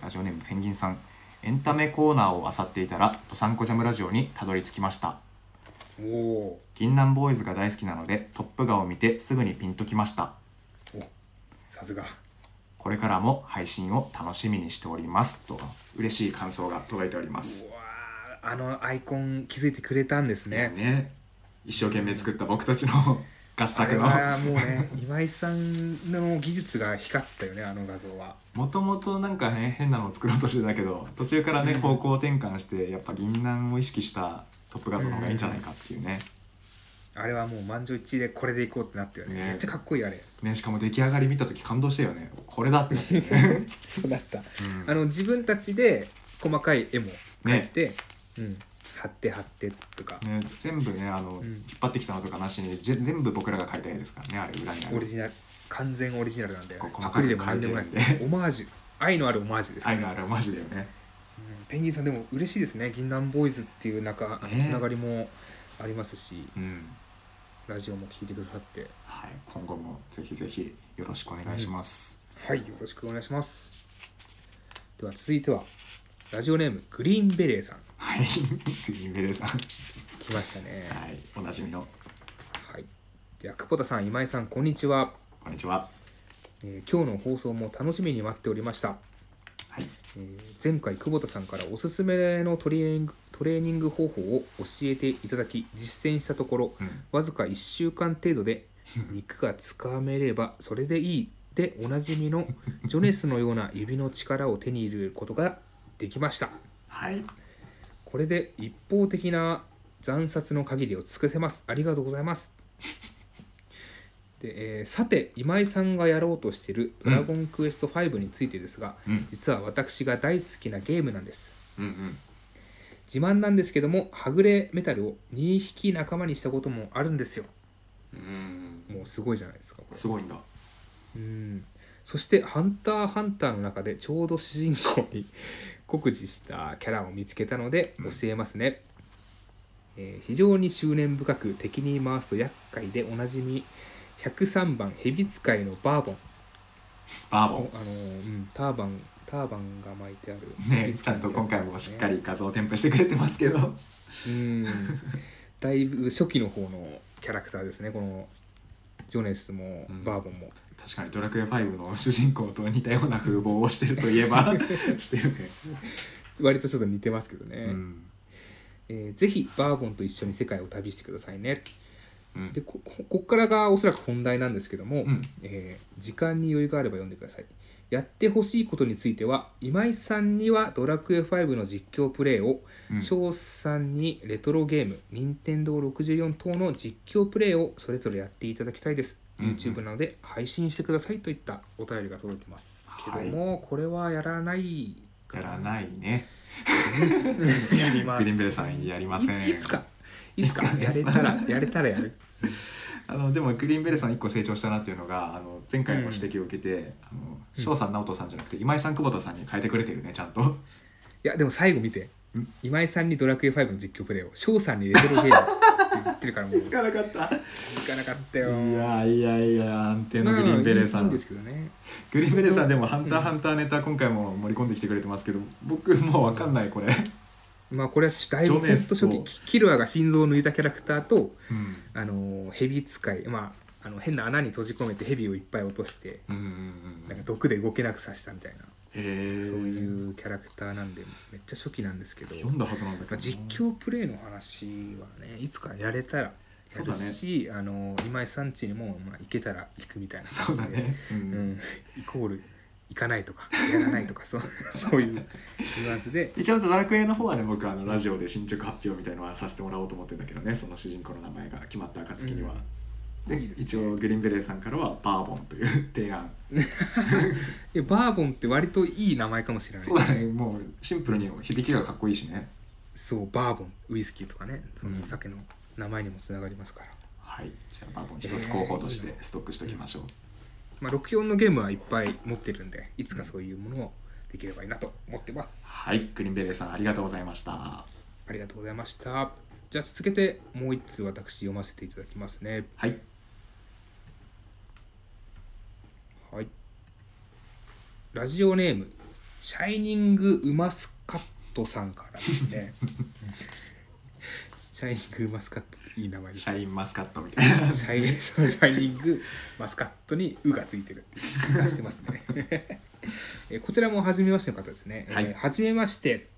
B: ラジオネームペンギンさんエンタメコーナーを漁っていたら「ドサンコジャムラジオ」にたどり着きました
A: おお
B: 銀南ボーイズが大好きなので「トップガン」を見てすぐにピンときました
A: ー、おさすが。
B: これからも配信を楽しみにしておりますと嬉しい感想が届いております
A: うわーあのアイコン気づいてくれたんですね。
B: ね一生懸命作った僕たち の合
A: あれ
B: 作の
A: はもうね、今井さんの技術が光ったよね、あの画像は。
B: もともとなんかね変なのを作ろうとしてたけど途中からね方向転換してやっぱ銀杏を意識したトップ画像の方がいいんじゃないかっていうね
A: あれはもう満場一致でこれでいこうってなったよね。
B: ね
A: めっちゃかっこいい あれ。
B: ねしかも出来上がり見た時感動したよねこれだってなってね
A: そうだった。
B: うん
A: あの自分たちで細かい絵も描いて、うん、貼って貼ってとか、
B: ね全部ねあの、
A: ん
B: 引っ張ってきたのとかなしにぜ全部僕らが書いた絵ですからねあれ裏にあ
A: オ
B: る
A: リジナル完全オリジナルなんだよ、ね
B: こ。う
A: パクリでも何でもないです
B: 細かく描いてるん。
A: オマージュ、愛のあるオマージュです、ね。
B: 愛のあるマジだよね
A: うんペンギンさんでも嬉しいですね銀杏ボーイズっていうなんかあの
B: ね
A: つながりもありますし、
B: うん
A: ラジオも聞いてくださって
B: はい今後もぜひぜひよろしくお願いします、
A: はいよろしくお願いしますでは続いてはラジオネームグリーンベレーさん
B: はい グリーンベレーさんは
A: 来ましたね
B: いおなじみの
A: はいでは久保田さん今井さんこんにちは、
B: こんにちは
A: えー今日の放送も楽しみに待っておりました、
B: はい
A: えー前回久保田さんからおすすめのトレーニングトレーニング方法を教えていただき実践したところ、
B: うん
A: わずか1週間程 度で肉がつかめればそれでいいでおなじみのジョネスのような指の力を手に入れることができました
B: はい
A: これで一方的な惨殺の限りを尽くせますありがとうござ いますで、えーさて今井さんがやろうとしている「ドラゴンクエスト5」についてですが、
B: うん
A: 実は私が大好きなゲームなんです
B: うんうん
A: 自慢なんですけどもはぐれメタルを2匹仲間にしたこともあるんですよ
B: うん
A: もうすごいじゃないですかこれ
B: すごいんだ
A: うんそして「ハンターハンター」の中でちょうど主人公に酷似したキャラを見つけたので
B: うん
A: 教えますね、えー非常に執念深く敵に回すと厄介でおなじみ103番蛇使いのバーボン
B: バー
A: あ
B: ボ
A: のーうん、ターバンターバンが巻いてある
B: ンね
A: 蛇
B: ち
A: 使
B: ゃ
A: い
B: ん
A: の
B: と
A: や
B: 今
A: つですね
B: 回もしっかり画像を添付してくれてますけど
A: うんだいぶ初期の方のキャラクターですねこのジョネスもバーボンも、
B: 確かに「ドラクエ5」の主人公と似たような風貌をしてるといえばしてるね、
A: 割とちょっと似てますけどね、
B: うん
A: えーぜひバーボンと一緒に世界を旅してくださいね
B: うん
A: でこここっからがおそらく本題なんですけども、
B: うん
A: えー時間に余裕があれば読んでくださいやってほしいことについては今井さんには「ドラクエ5」の実況プレイを
B: うん
A: 翔、さんにレトロゲーム任天堂64等の実況プレイをそれぞれやっていただきたいです、
B: うんうん
A: YouTube なので配信してくださいといったお便りが届いてますけども、これはやらないか
B: や
A: な
B: らないね
A: やります
B: グリーンベルさんやりません
A: いいつかいつか
B: いつか
A: やれたらやれたらやる
B: あのでもグリーンベルさん一個成長したなっていうのがあの前回の指摘を受けて、あの翔さん直人さんじゃなくて今井さん久保田さんに変えてくれてるねちゃんと
A: いやでも最後見て
B: ん
A: 今井さんに「ドラクエ5」の実況プレイを翔さんにレトロゲームって言って るからもうい
B: かなかった
A: かなかったよ
B: いやいやいや安定の
A: まあ
B: グリーンベレーさ
A: いい
B: ん
A: んですけどね
B: グリーンベレーさんでも「ハンターハンター」ネタ今回も盛り込んできてくれてますけど僕もう分かんないこれ、
A: まあこれはだいぶほんと初
B: ジョネ
A: 期
B: スと
A: キルアが心臓を抜いたキャラクターと
B: うん
A: あの蛇使い、まあ、あの変な穴に閉じ込めて蛇をいっぱい落として
B: うんうんう
A: なん
B: ん
A: か毒で動けなくさせたみたいな、
B: へえ
A: そういうキャラクターなんでめっちゃ初期なんですけど、
B: 読んだはずなんだけ
A: ま
B: ど
A: あ、
B: な
A: 実況プレイの話はねいつかやれたらやるし、あの今井さん家にも、まあ、行けたら行くみたいな
B: そうだね、う
A: うんん、イコール行かないとかやらないとかそ うそういうニュアンスで
B: 一応ドラクエの方はね僕あのラジオで進捗発表みたいのはさせてもらおうと思ってんだけどねその主人公の名前が決まった暁には、
A: うん
B: で
A: いいですね
B: 一応グリーンベレーさんからはバーボンという提案
A: でバーボンって割といい名前かもしれない
B: そうだねもうシンプルに響きがかっこいいしね
A: そうバーボンウイスキーとかねその
B: うん
A: お酒の名前にもつながりますから、
B: はいじゃあバーボン一つ候補としてストックしときましょう、
A: まあ、64のゲームはいっぱい持ってるんでいつかそういうものをできればいいなと思ってます
B: はいグリーンベレーさんありがとうございました
A: ありがとうございましたじゃあ続けてもう一通私読ませていただきますね
B: はい
A: はいラジオネームシャイニングウマスカットさんからです ねシャイニングウマスカットっていい名前です
B: シャインマスカットみたいな
A: シャイそのシャイニングマスカットに「う」がついてるっていうしてますね えーこちらも初めましての方ですね、
B: はい
A: えー初めまして、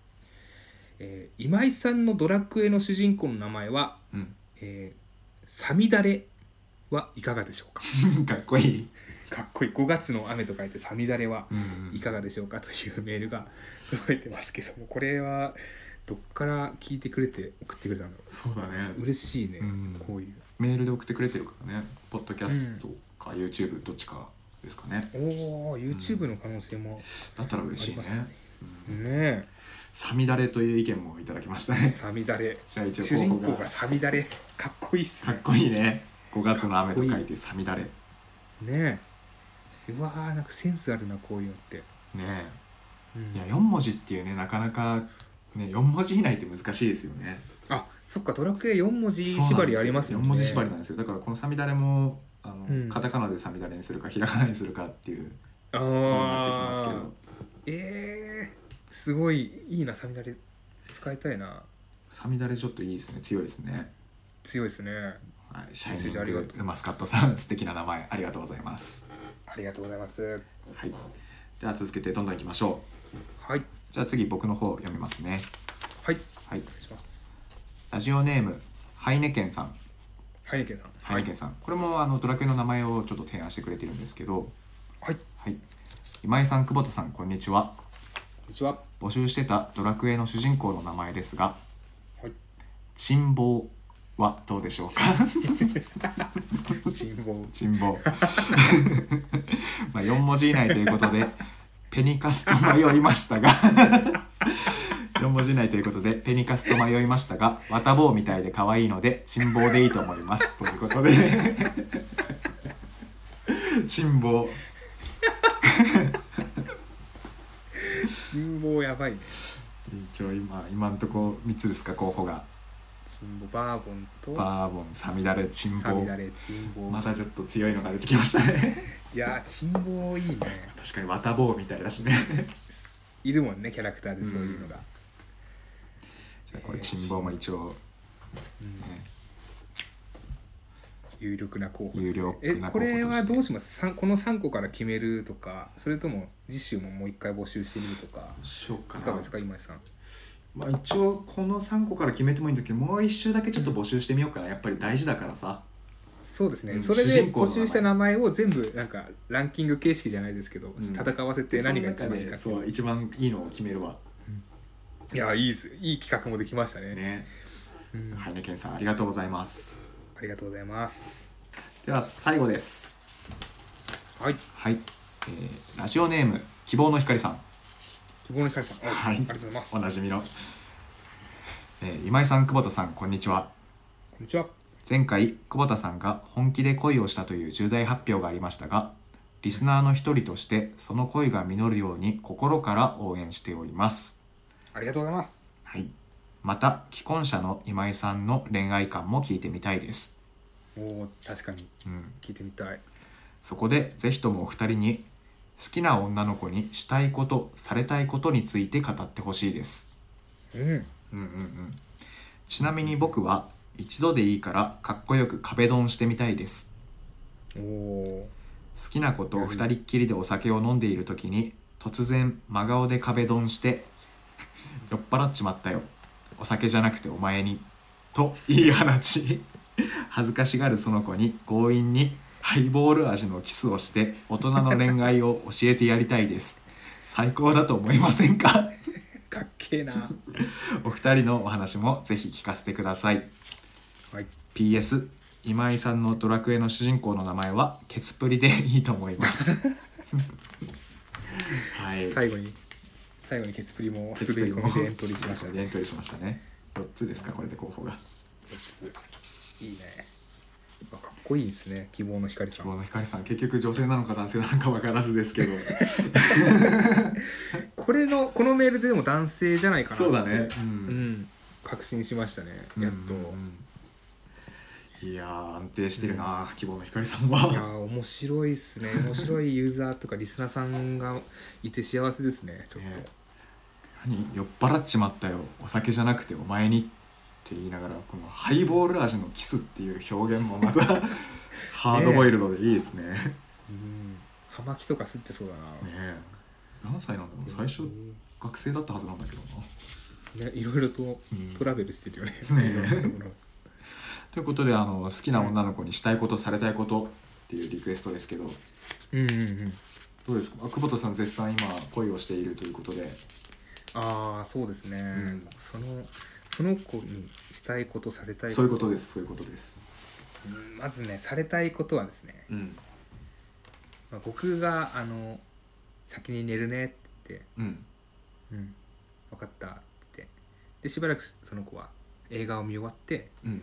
A: えー今井さんのドラクエの主人公の名前は、
B: うん
A: えーサミダレはいかがでしょうか
B: かっこいい、
A: かっこいい5月の雨と書いてサミダレは
B: うん
A: いかがでしょうかというメールが届いてますけどもこれはどっから聞いてくれて送ってくれたんだろ
B: そうだね
A: う嬉しいね、
B: うん
A: こういう
B: メールで送ってくれてるからねポッドキャストか YouTube どっちかですかね、
A: おお YouTube の可能性も、
B: だったら嬉しいね
A: ありますねね
B: さみだれという意見もいただきました
A: え
B: ね
A: サミダレ
B: じゃあ一
A: 主
B: 応
A: 人公
B: 候補
A: がサミダレかっこいいっす
B: か
A: ね
B: っこいいね5月の雨と書いてさみだれね
A: ねえうわーなんかセンスあるなこういうのって、
B: え
A: うん
B: いや4文字っていうねなかなかね4文字以内って難しいですよね
A: あそっかドラクエ4文字縛りあります
B: よ
A: も
B: 4
A: んね
B: 文字縛りなんですよだからこのさみだれもあの、
A: うん
B: カタカナでさみだれにするかひらがなにするかっていうと
A: あ
B: ころになってきますけ
A: あ
B: ど
A: えー、すごいいいなサミダレ使いたいな
B: さみだれちょっといいですね強いですね
A: 強いですね
B: はい、シャイニ
A: 先生ありが
B: ン
A: と
B: グマスカットさん素敵な名前ありがとうございます、
A: ありがとうございます
B: はい、では続けてどんどんいきましょ
A: はいう
B: じゃあ次僕の方読みますね
A: はい
B: はい
A: お願いします
B: ラジオネームハイネケンさん
A: ハイネケンさん
B: ハイネケンさん、これもあのドラクエの名前をちょっと提案してくれてるんですけど、
A: はいこ
B: はい、今井さん久保田さんこんにちは
A: んにちはは
B: 募集してたドラクエの主人公の名前ですが
A: い
B: 「珍望」はどうでしょうか
A: 人望
B: 珍望まあ4文字以内ということ でペニカスと迷いましたが4文字以内ということでペニカスと迷いましたが綿棒みたいで可愛いので珍望でいいと思いますということ で珍望
A: 人望やばいね
B: 一応今今んとこ三つですか候補が
A: 人望バーボンと
B: バーボンサミダレ珍
A: サミ
B: 望
A: ダレ人望
B: またちょっと強いのが出てきましたね
A: いやー、珍望いいね。
B: 確かに綿棒みたいだ しね
A: いるもんね、キャラクターでそういうのが。
B: じゃあこれ珍望も一応、ね、
A: うん有力な候補です、
B: 有
A: ね
B: 力、な
A: え
B: 候補
A: これ
B: と
A: は
B: して
A: どうしますさんこの3個から決めるとかそれとも次週ももう一回募集してみるとか
B: しようか
A: い
B: な
A: かがですか今井さん
B: まあ、一応この3個から決めてもいいんだけどもう一周だけちょっと募集してみようかなやっぱり大事だからさ
A: そうですね、
B: うん
A: それ
B: 主
A: で
B: 人公の名
A: 募
B: 前
A: 集した名前を全部なんかランキング形式じゃないですけど、
B: ん
A: 戦わせて何が一
B: その
A: 番い
B: 中で
A: いかっていう
B: そう一番いいのを決めるわ
A: いやいいですいい企画もできましたね
B: ね
A: うん
B: ハイネケンさんありがとうございます
A: ありがとうございます
B: では最後です
A: はい
B: はい、えーラジオネーム希望の光さん
A: 希望の光さん、
B: は
A: あ
B: い
A: りがとうございます
B: お
A: こん
B: なじみの、えー今井さん久保田さんこんにちは
A: にちは
B: 前回久保田さんが本気で恋をしたという重大発表がありましたがリスナーの一人としてその恋が実るように心から応援しております
A: ありがとうございます
B: はいまた既婚者の今井さんの恋愛観も聞いてみたいです、
A: おお確かに
B: うん、
A: 聞いてみたい
B: そこでぜひともお二人に好きな女の子にしたいことされたいことについて語ってほしいです
A: うん
B: うんうんうんちなみに僕は一度でいいからかっこよく壁ドンしてみたいです
A: おお
B: 好きなことを二人っきりでお酒を飲んでいる時に突然真顔で壁ドンして「酔っ払っちまったよお酒じゃなくてお前に」と言い放ち恥ずかしがるその子に強引にハイボール味のキスをして大人の恋愛を教えてやりたいです最高だと思いませんか
A: かっ けえな
B: お二人のお話もぜひ聞かせてください
A: はい
B: PS 今井さんのドラクエの主人公の名前はケツプリでいいと思い ます。はい。
A: 最後に最後にケツプリも
B: ケツ
A: 滑
B: プリ
A: り
B: も
A: 込みでエントリーし ましたね
B: エントリーしましたね。四つですかこれで候補が。
A: いいねあかっこいいですね希望の光さ
B: こ
A: ん
B: の光さん結局女性なのか男性なのか分からずです けど。
A: これのこのメールでも男性じゃないかな
B: そうだね。う。
A: うんん確信しましたねやっと、
B: と。いやー安定してるな、希望の光さんはい
A: や。ー面白いですね面白いユーザーとかリスナーさんがいて幸せですねちょっと、
B: ね何酔っ払っちまったよお酒じゃなくてお前にって言いながらこのハイボール味のキスっていう表現もまた ハードボイルドでいいですねね
A: うん葉巻とか吸ってそうだな、
B: え何歳なんだろう最初学生だったはずなんだけどな
A: ねいろいろと
B: うん
A: トラベルしてるよね、
B: ね
A: いろんなところ
B: ということであの好きな女の子にしたいことされたいことっていうリクエストですけど
A: うんうんうん
B: どうですかあ久保田さん絶賛今恋をしているということで
A: ああそうですね、
B: ん
A: そのその子にしたいことされたいこと
B: そういうことですそういうことです
A: うんまずねされたいことはですね、
B: うん
A: まあ、僕があの「先に寝るね」って言って
B: うん
A: 「うん分かった」って言ってでしばらくその子は映画を見終わって
B: うん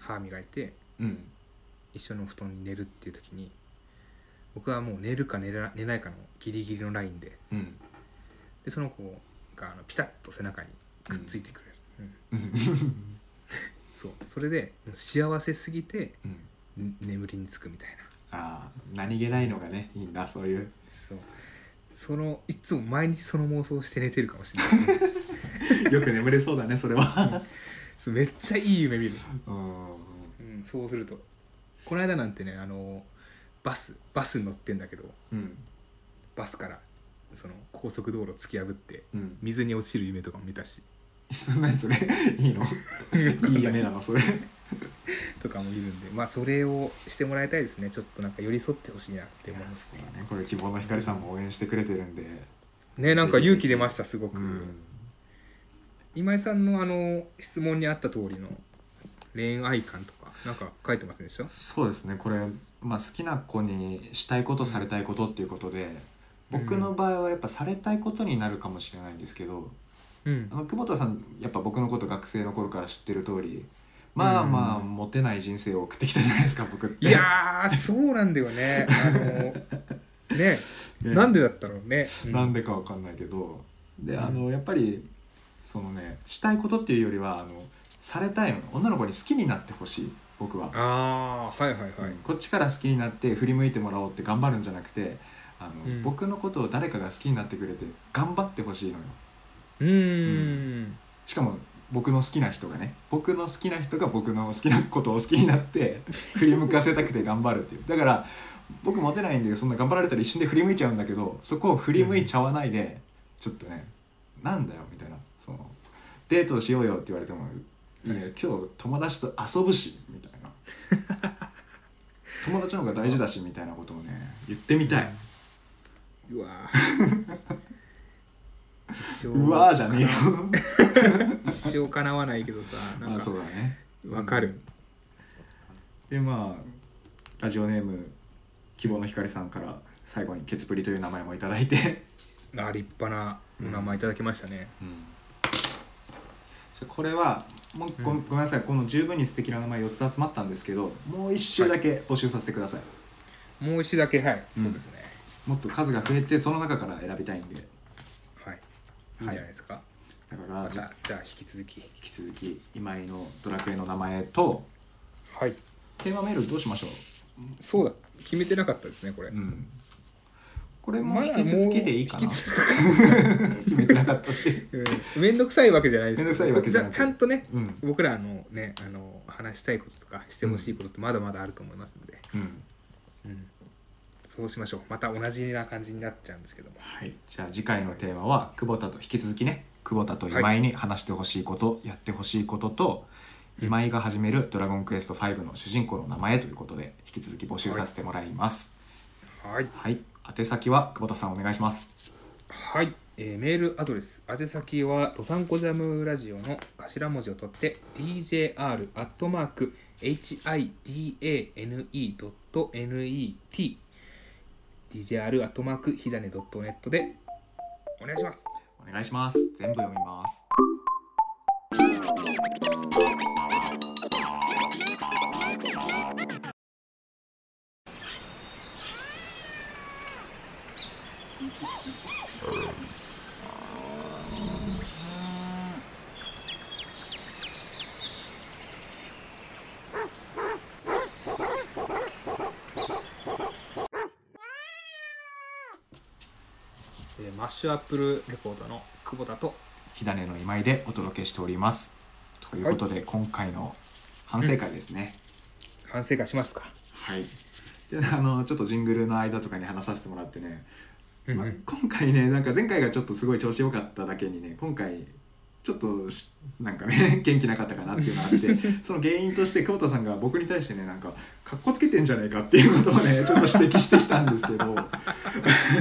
A: 歯磨いて
B: うん
A: 一緒の布団に寝るっていう時に僕はもう寝るか寝ら寝ないかのギリギリのラインで
B: うん
A: でその子があのピタッと背中にくっついてくれる、
B: う
A: うん
B: ん
A: そうそれでもう幸せすぎて
B: うん
A: ん眠りにつくみたいな
B: ああ何気ないのがねいいんだそういう
A: そうそのいつも毎日その妄想して寝てるかもしれない
B: よく眠れそうだねそれは
A: そうめっちゃいい夢見る、
B: うん
A: うん、そうするとこの間なんてねあのバスバスに乗ってんだけど
B: うん
A: バスからその高速道路突き破って
B: うん
A: 水に落ちる夢とかも見たし
B: そんなにそれいいのいい夢なのそれ
A: とかもいるんでまあそれをしてもらいたいですねちょっとなんか寄り添ってほしいなって思いますね
B: これ希望の光さんも応援してくれてるんで
A: ねなんか勇気出ましたすごく、
B: うん
A: 今井さんのあの質問にあった通りの恋愛観とかなんか書いてませんでしょ
B: そうですねこれ、まあ、好きな子にしたいことされたいことっていうことで僕の場合はやっぱされたいことになるかもしれないんですけど
A: うん
B: あの久保田さんやっぱ僕のこと学生の頃から知ってる通りまあまあモテない人生を送ってきたじゃないですか僕って
A: いやーそうなんだよねあの ね
B: ね
A: なんでだったろうね、う
B: なんでかわかんないけどで
A: うん
B: あのやっぱりそのねしたいことっていうよりはあのされたいの女の子に好きになってほしい僕は、
A: ああはいはいはい、
B: こっちから好きになって振り向いてもらおうって頑張るんじゃなくてあの、
A: うん
B: 僕のことを誰かが好きになってくれて頑張ってほしいのよ
A: うーん
B: しかも僕の好きな人がね僕の好きな人が僕の好きなことを好きにな って振り向かせたくて頑張るっていうだから僕モテないんでそんな頑張られたら一瞬で振り向いちゃうんだけどそこを振り向いちゃわないで、ちょっとねなんだよみたいなそのデートしようよって言われても「いや今日友達と遊ぶし」みたいな 友達の方が大事だしみたいなことをね言ってみたい、
A: うわ ー一生
B: うわーじゃねえよ
A: 一生かなわないけどさ な
B: ま
A: ん
B: あ
A: か
B: そうだね
A: わかる
B: でまあラジオネーム希望の光さんから最後に「ケツプリ」という名前もいただいて、
A: あ立派なお名前いただきましたね、
B: じゃあこれはもうご,、
A: うん
B: ん、ごめんなさいこの十分に素敵な名前4つ集まったんですけどもう一周だけ募集させてください、
A: もう一だけはい、
B: うん
A: そうですね
B: もっと数が増えてその中から選びたいんで
A: はいいいんじゃないですか、
B: だから、
A: ま
B: じゃ
A: た
B: あ
A: じゃあ引き続き
B: 引き続き今井のドラクエの名前と
A: はい
B: テーマメールどうしましょ
A: そうだ決めてなかったですねこれ、
B: う、うん、これ
A: ま
B: も
A: あ
B: 引き続きでいいかな
A: もう引き
B: 決めてなかったし
A: うん、めんどくさいわけじゃないで
B: め
A: す
B: んどくさいわけじゃなく
A: ちゃんとね、
B: うん
A: 僕らのねあの話したいこととかしてほしいことってまだまだあると思いますので、
B: うん
A: うんそうしましょうまた同じな感じになっちゃうんですけども
B: はい、じゃあ次回のテーマは久保田と引き続きね久保田と今井に話してほしいこと、やってほしいことと今井が始める「ドラゴンクエスト5」の主人公の名前ということで引き続き募集させてもらいます
A: はい
B: はい、宛先は久保田さんお願いします
A: はい、えーメールアドレス宛先はどさんこジャムラジオの頭文字を取って djr.hidane.net djr.hidane.net でお願いします
B: お願いします全部読みます
A: えーマッシュアップルレポートの久保田と
B: 火種の今井でお届けしておりますということで、今回の反省会ですね、
A: 反省会しますか
B: はいであのちょっとジングルの間とかに話させてもらってねまあ
A: うんうん
B: 今回ねなんか前回がちょっとすごい調子良かっただけにね今回ちょっとしなんかね 元気なかったかなっていうのがあって その原因として久保田さんが僕に対してねなんかかっこつけてんじゃねえかっていうことをねちょっと指摘してきたんですけどあ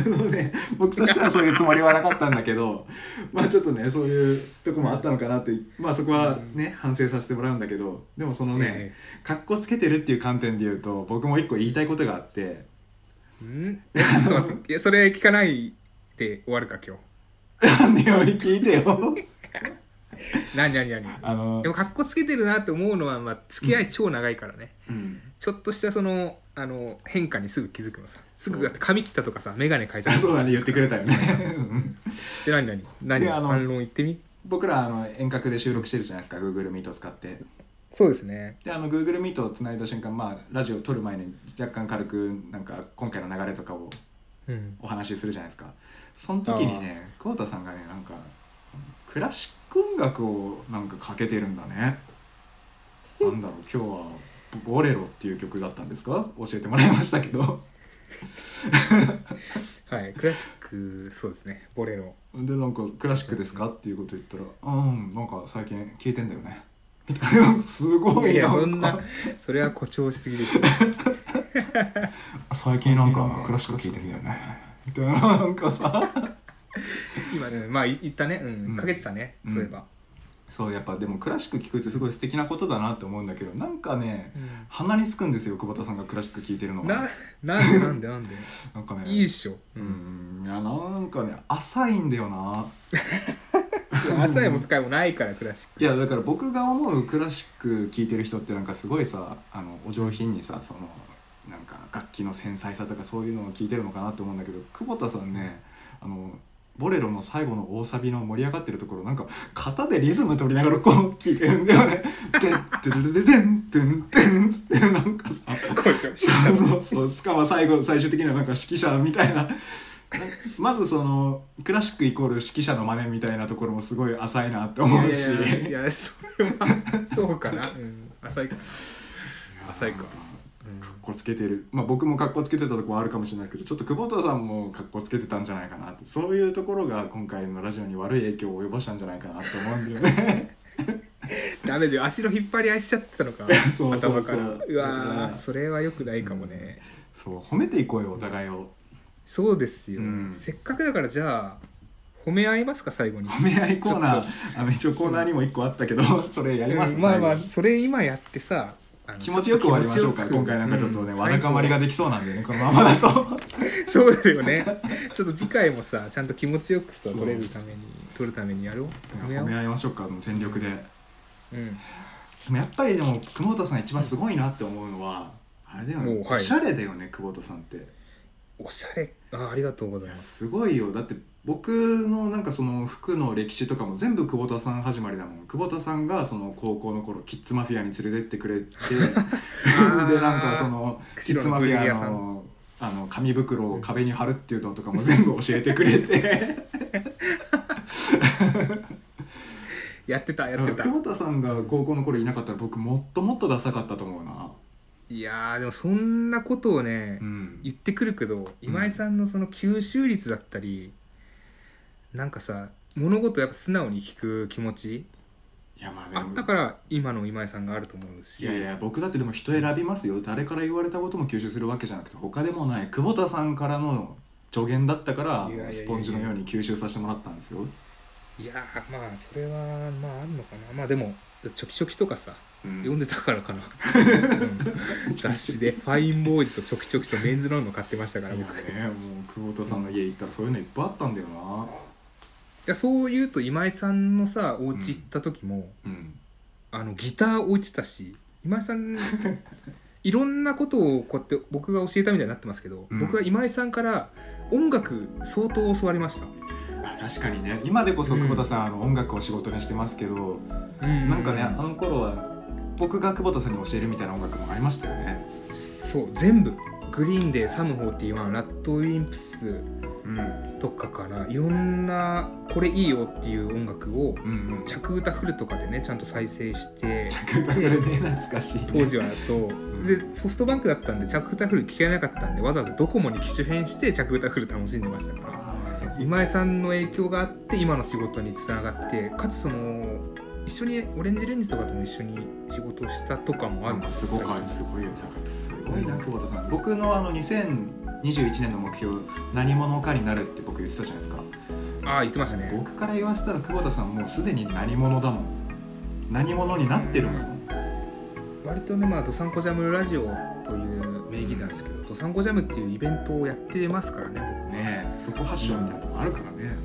B: の、ね、僕としてはそういうつもりはなかったんだけどまあちょっとねそういうとこもあったのかなってまあそこはね反省させてもらうんだけどでもそのね
A: え
B: かっこつけてるっていう観点で言うと僕も一個言いたいことがあって。
A: うん えちょっと待っていやそれ聞かないで終わるか今日
B: なんでよ聞いてよ
A: 何何何
B: あの
A: でもかっこつけてるなって思うのは、まあ、付き合い超長いからね、
B: うん
A: ちょっとしたそのあの変化にすぐ気づくのさすぐだって髪切ったとかさ眼鏡変えた
B: あ
A: と か
B: そうだね言ってくれたよね
A: で何何何
B: であの
A: 反論言ってみ
B: 僕らあの遠隔で収録してるじゃないですか Google Meet を使って
A: そうですね
B: であの Google Meet をつないだ瞬間まあラジオ撮る前に若干軽くなんか今回の流れとかを
A: うん
B: お話しするじゃないですかその時にね久保田さんがねなんかクラシック音楽をなんかかけてるんだねなんだろう今日は「ボレロ」っていう曲だったんですか教えてもらいましたけど
A: はいクラシックそうですねボレロ
B: でなんか「クラシックですか?」っていうこと言ったら「うんなんか最近聞いてんだよね」みたいな すごい
A: いやいや
B: か
A: そんなそれは誇張しす ぎですよ
B: 最近なんかクラシック聞いてるんだよ ねみたいななんかさ
A: 今、うんまあい言ったね、うん
B: うん
A: かけてたね、
B: うん
A: そういえば、
B: そうやっぱでもクラシック聞くってすごい素敵なことだなって思うんだけどなんかね
A: うん
B: 鼻につくんですよ久保田さんがクラシック聞いてるのが
A: ななんでなんでなんで
B: なんかね
A: いいっしょ、
B: う
A: うん、
B: んいやなんかね浅いんだよな
A: 浅いも深いもないからクラシック
B: いやだから僕が思うクラシック聴いてる人ってなんかすごいさあのお上品にさそのなんか楽器の繊細さとかそういうのを聴いてるのかなと思うんだけど久保田さんねあのボレロの最後の大サビの盛り上がってるところなんか型でリズム取りながらこう聴いてるんだよね。でってるででんてんてんつってなんかさ
A: こうでしょ
B: そうそうそうしかも最後最終的にはなんか指揮者みたいなまずそのクラシックイコール指揮者の真似みたいなところもすごい浅いなって 思うし
A: いやいやいやいやそれはそうかな、うん、浅いか浅いか、うん
B: かっこつけてるまあ僕もかっこつけてたとこはあるかもしれないですけどちょっと久保田さんもかっこつけてたんじゃないかなってそういうところが今回のラジオに悪い影響を及ぼしたんじゃないかなって思うんだよ ね
A: ダメだよ足の引っ張り合いしちゃってたのか
B: そうそうそう
A: 頭からう
B: だか
A: わー
B: ら
A: それはよくないかもね、
B: そう褒めていこうよお互いを
A: そうですよ、
B: うん
A: せっかくだからじゃあ褒め合いますか最後に
B: 褒め合いコーナ
A: ちょ
B: ーあの一応コーナーにも一個あったけどそれやります、
A: うんまあ
B: 最後
A: まあそれ今やってさあの
B: 気持ちよく終わりましょうか
A: ちっと
B: 今回なんかちょっとね、
A: うん
B: わだかまりができそうなんでねこのままだと
A: そうだよね。 ちょっと次回もさ、ちゃんと気持ちよくさ、
B: そう
A: 取れるために、取るためにやろう。やめよ
B: 褒め合いましょうかもう全力で
A: う。うん。
B: でもやっぱりでも久保田さん一番すごいなって思うのは、あれだよね
A: おうはい
B: おしゃれだよね久保田さんって
A: おしゃれ。あ、ありがとうございます。
B: すごいよだって僕のなんかその服の歴史とかも全部久保田さん始まりだもん久保田さんがその高校の頃キッズマフィアに連れてってく れて
A: ー
B: でなんかそのキッズ
A: 釧路の
B: マフ
A: 古着
B: ィ
A: 屋
B: ア
A: さん
B: のあの紙袋を壁に貼るっていうのとかも全部教えてく れて。
A: やってた、やってた
B: 久。保田さんが高校の頃いなかったら僕もっともっとダサかったと思うな、
A: いやー、でもそんなことをね
B: う、ん、
A: 言ってくるけど、今井さんのその吸収率だったり、なんかさ、物事をやっぱ素直に聞く気持ち
B: いやまあで
A: あ
B: も
A: ったから今の今井さんがあると思うし
B: いやいや僕だってでも人選びますよ誰から言われたことも吸収するわけじゃなくて他でもない久保田さんからの助言だったから
A: いやいやいやいや
B: スポンジのように吸収させてもらったんですよ、
A: いやーまあそれはまああるのかなまあでもチョキチョキとかさ
B: うん
A: 読んでたから かな、うん雑誌で「ファインボーイズ」と「ちょきちょき」と「メンズノンの買ってましたから
B: いや
A: 僕い
B: ねもう久保田さんの家行ったらそういうのいっぱいあったんだよな
A: やそう言うと今井さんのさお家行った時も、
B: うん
A: あのギター置いてたし今井さ んいろんなことをこうやって僕が教えたみたいになってますけど、
B: うん
A: 僕は今井さんから音楽相当教わりました、
B: あ確かにね今でこそ久保田さん、あの音楽を仕事にしてますけど
A: うん
B: なんかねあの頃は僕が久保田さんに教えるみたいな音楽もありましたよね
A: そう全部グリーンでサム41ラッドウィンプス
B: うんうん
A: とかからいろんなこれいいよっていう音楽を
B: うん
A: 着歌フルとかでねちゃんと再生して
B: 着歌フルね 懐かしい
A: 当時はそうでソフトバンクだったんで着歌フル聞けなかったんでわざわざドコモに機種変して着歌フル楽しんでましたから今井さんの影響があって今の仕事につながってかつその一緒にオレンジレンジとかとも一緒に仕事をしたとかもあ
B: な
A: る
B: ん
A: ん
B: か
A: ですす
B: ごくあるすごいよすごいな久保田さん僕のあの2021年の目標何者かになるって僕言ってたじゃないですか
A: ああ言ってましたね
B: 僕から言わせたら久保田さんもうすでに何者だもん何者になってるもん
A: 割とねまあ「どさんこジャムラジオ」という名義なんですけど「どさんこジャム」っていうイベントをやってますからね僕
B: ねえそこ発祥みたいなとこあるからね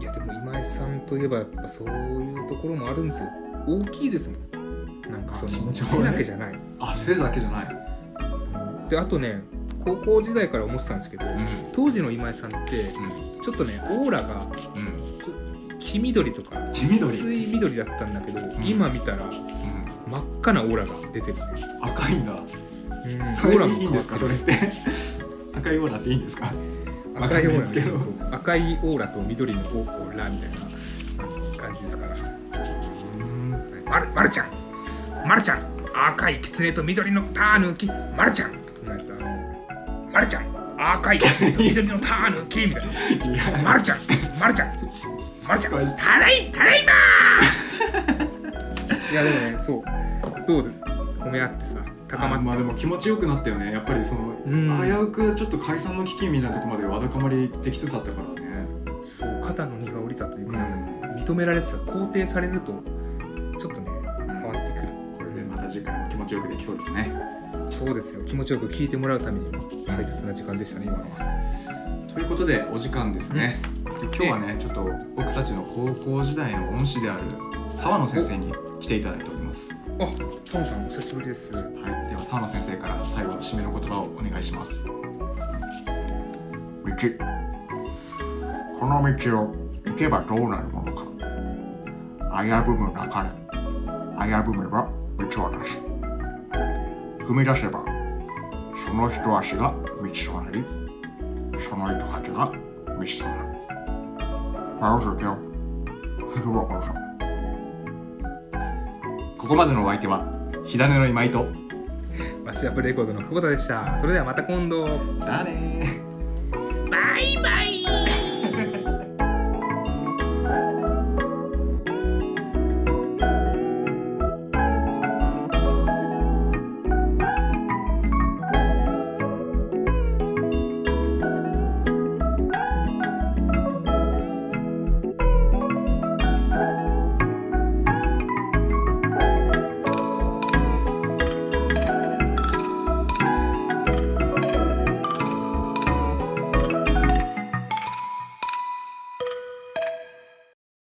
A: いやでも今井さんといえばやっぱそういうところもあるんですよ大きいですもんなんかそ
B: あ身
A: の
B: 長ね
A: 手だけじゃない
B: あ背だけじゃない
A: であとね高校時代から思ってたんですけど
B: うん
A: 当時の今井さんってちょっとねオーラが
B: うんうん
A: 黄緑とか
B: 黄緑、う
A: 薄
B: ん、
A: い緑だったんだけど、
B: ん
A: 今見たら真っ赤なオーラが出てるね、
B: 赤いんだ
A: オ
B: それ
A: ーラ
B: いいんですかそれって 赤いオーラっていいんですか
A: 赤いオーラみたいな
B: わかんないで
A: そう赤いオーラと緑のオーラみたいな感じですから
B: うん
A: まるまるちゃんまるちゃん赤い狐と緑のタヌキまるちゃんこのやつあのまるちゃん赤い狐と緑のタヌキみたい
B: いや
A: なまるちゃんまるちゃんまるちゃんただいただいまー いやでもねそうどうで褒め合ってさ高ま
B: あ
A: っ
B: まあでも気持ちよくなったよねやっぱりその、
A: うん
B: 危うくちょっと解散の危機みたいなとこまでわだかまりできつつあったからね
A: そう肩の荷が下りたという
B: う
A: か、
B: ん、
A: 認められてた肯定されるとちょっとね変わってくる
B: これでまた次回も気持ちよくできそうですね
A: そうですよ気持ちよく聞いてもらうためにも大切な時間でしたね今のは
B: ということでお時間ですね、で今日はねちょっと僕たちの高校時代の恩師である澤野先生に来ていただいております、は
A: あタモさんお久しぶりです
B: い、では澤野先生から最後の締めの言葉をお願いします道この道を行けばどうなるものか危ぶむなかれ危ぶめば道はなし踏み出せばその一足が道となりその糸先がミストだ早く行けよ行くわこの人ここまでのお相手は火種の今井と
A: マッシュアップレコードの久保田でしたそれではまた今度
B: じゃあねー
A: バイバイ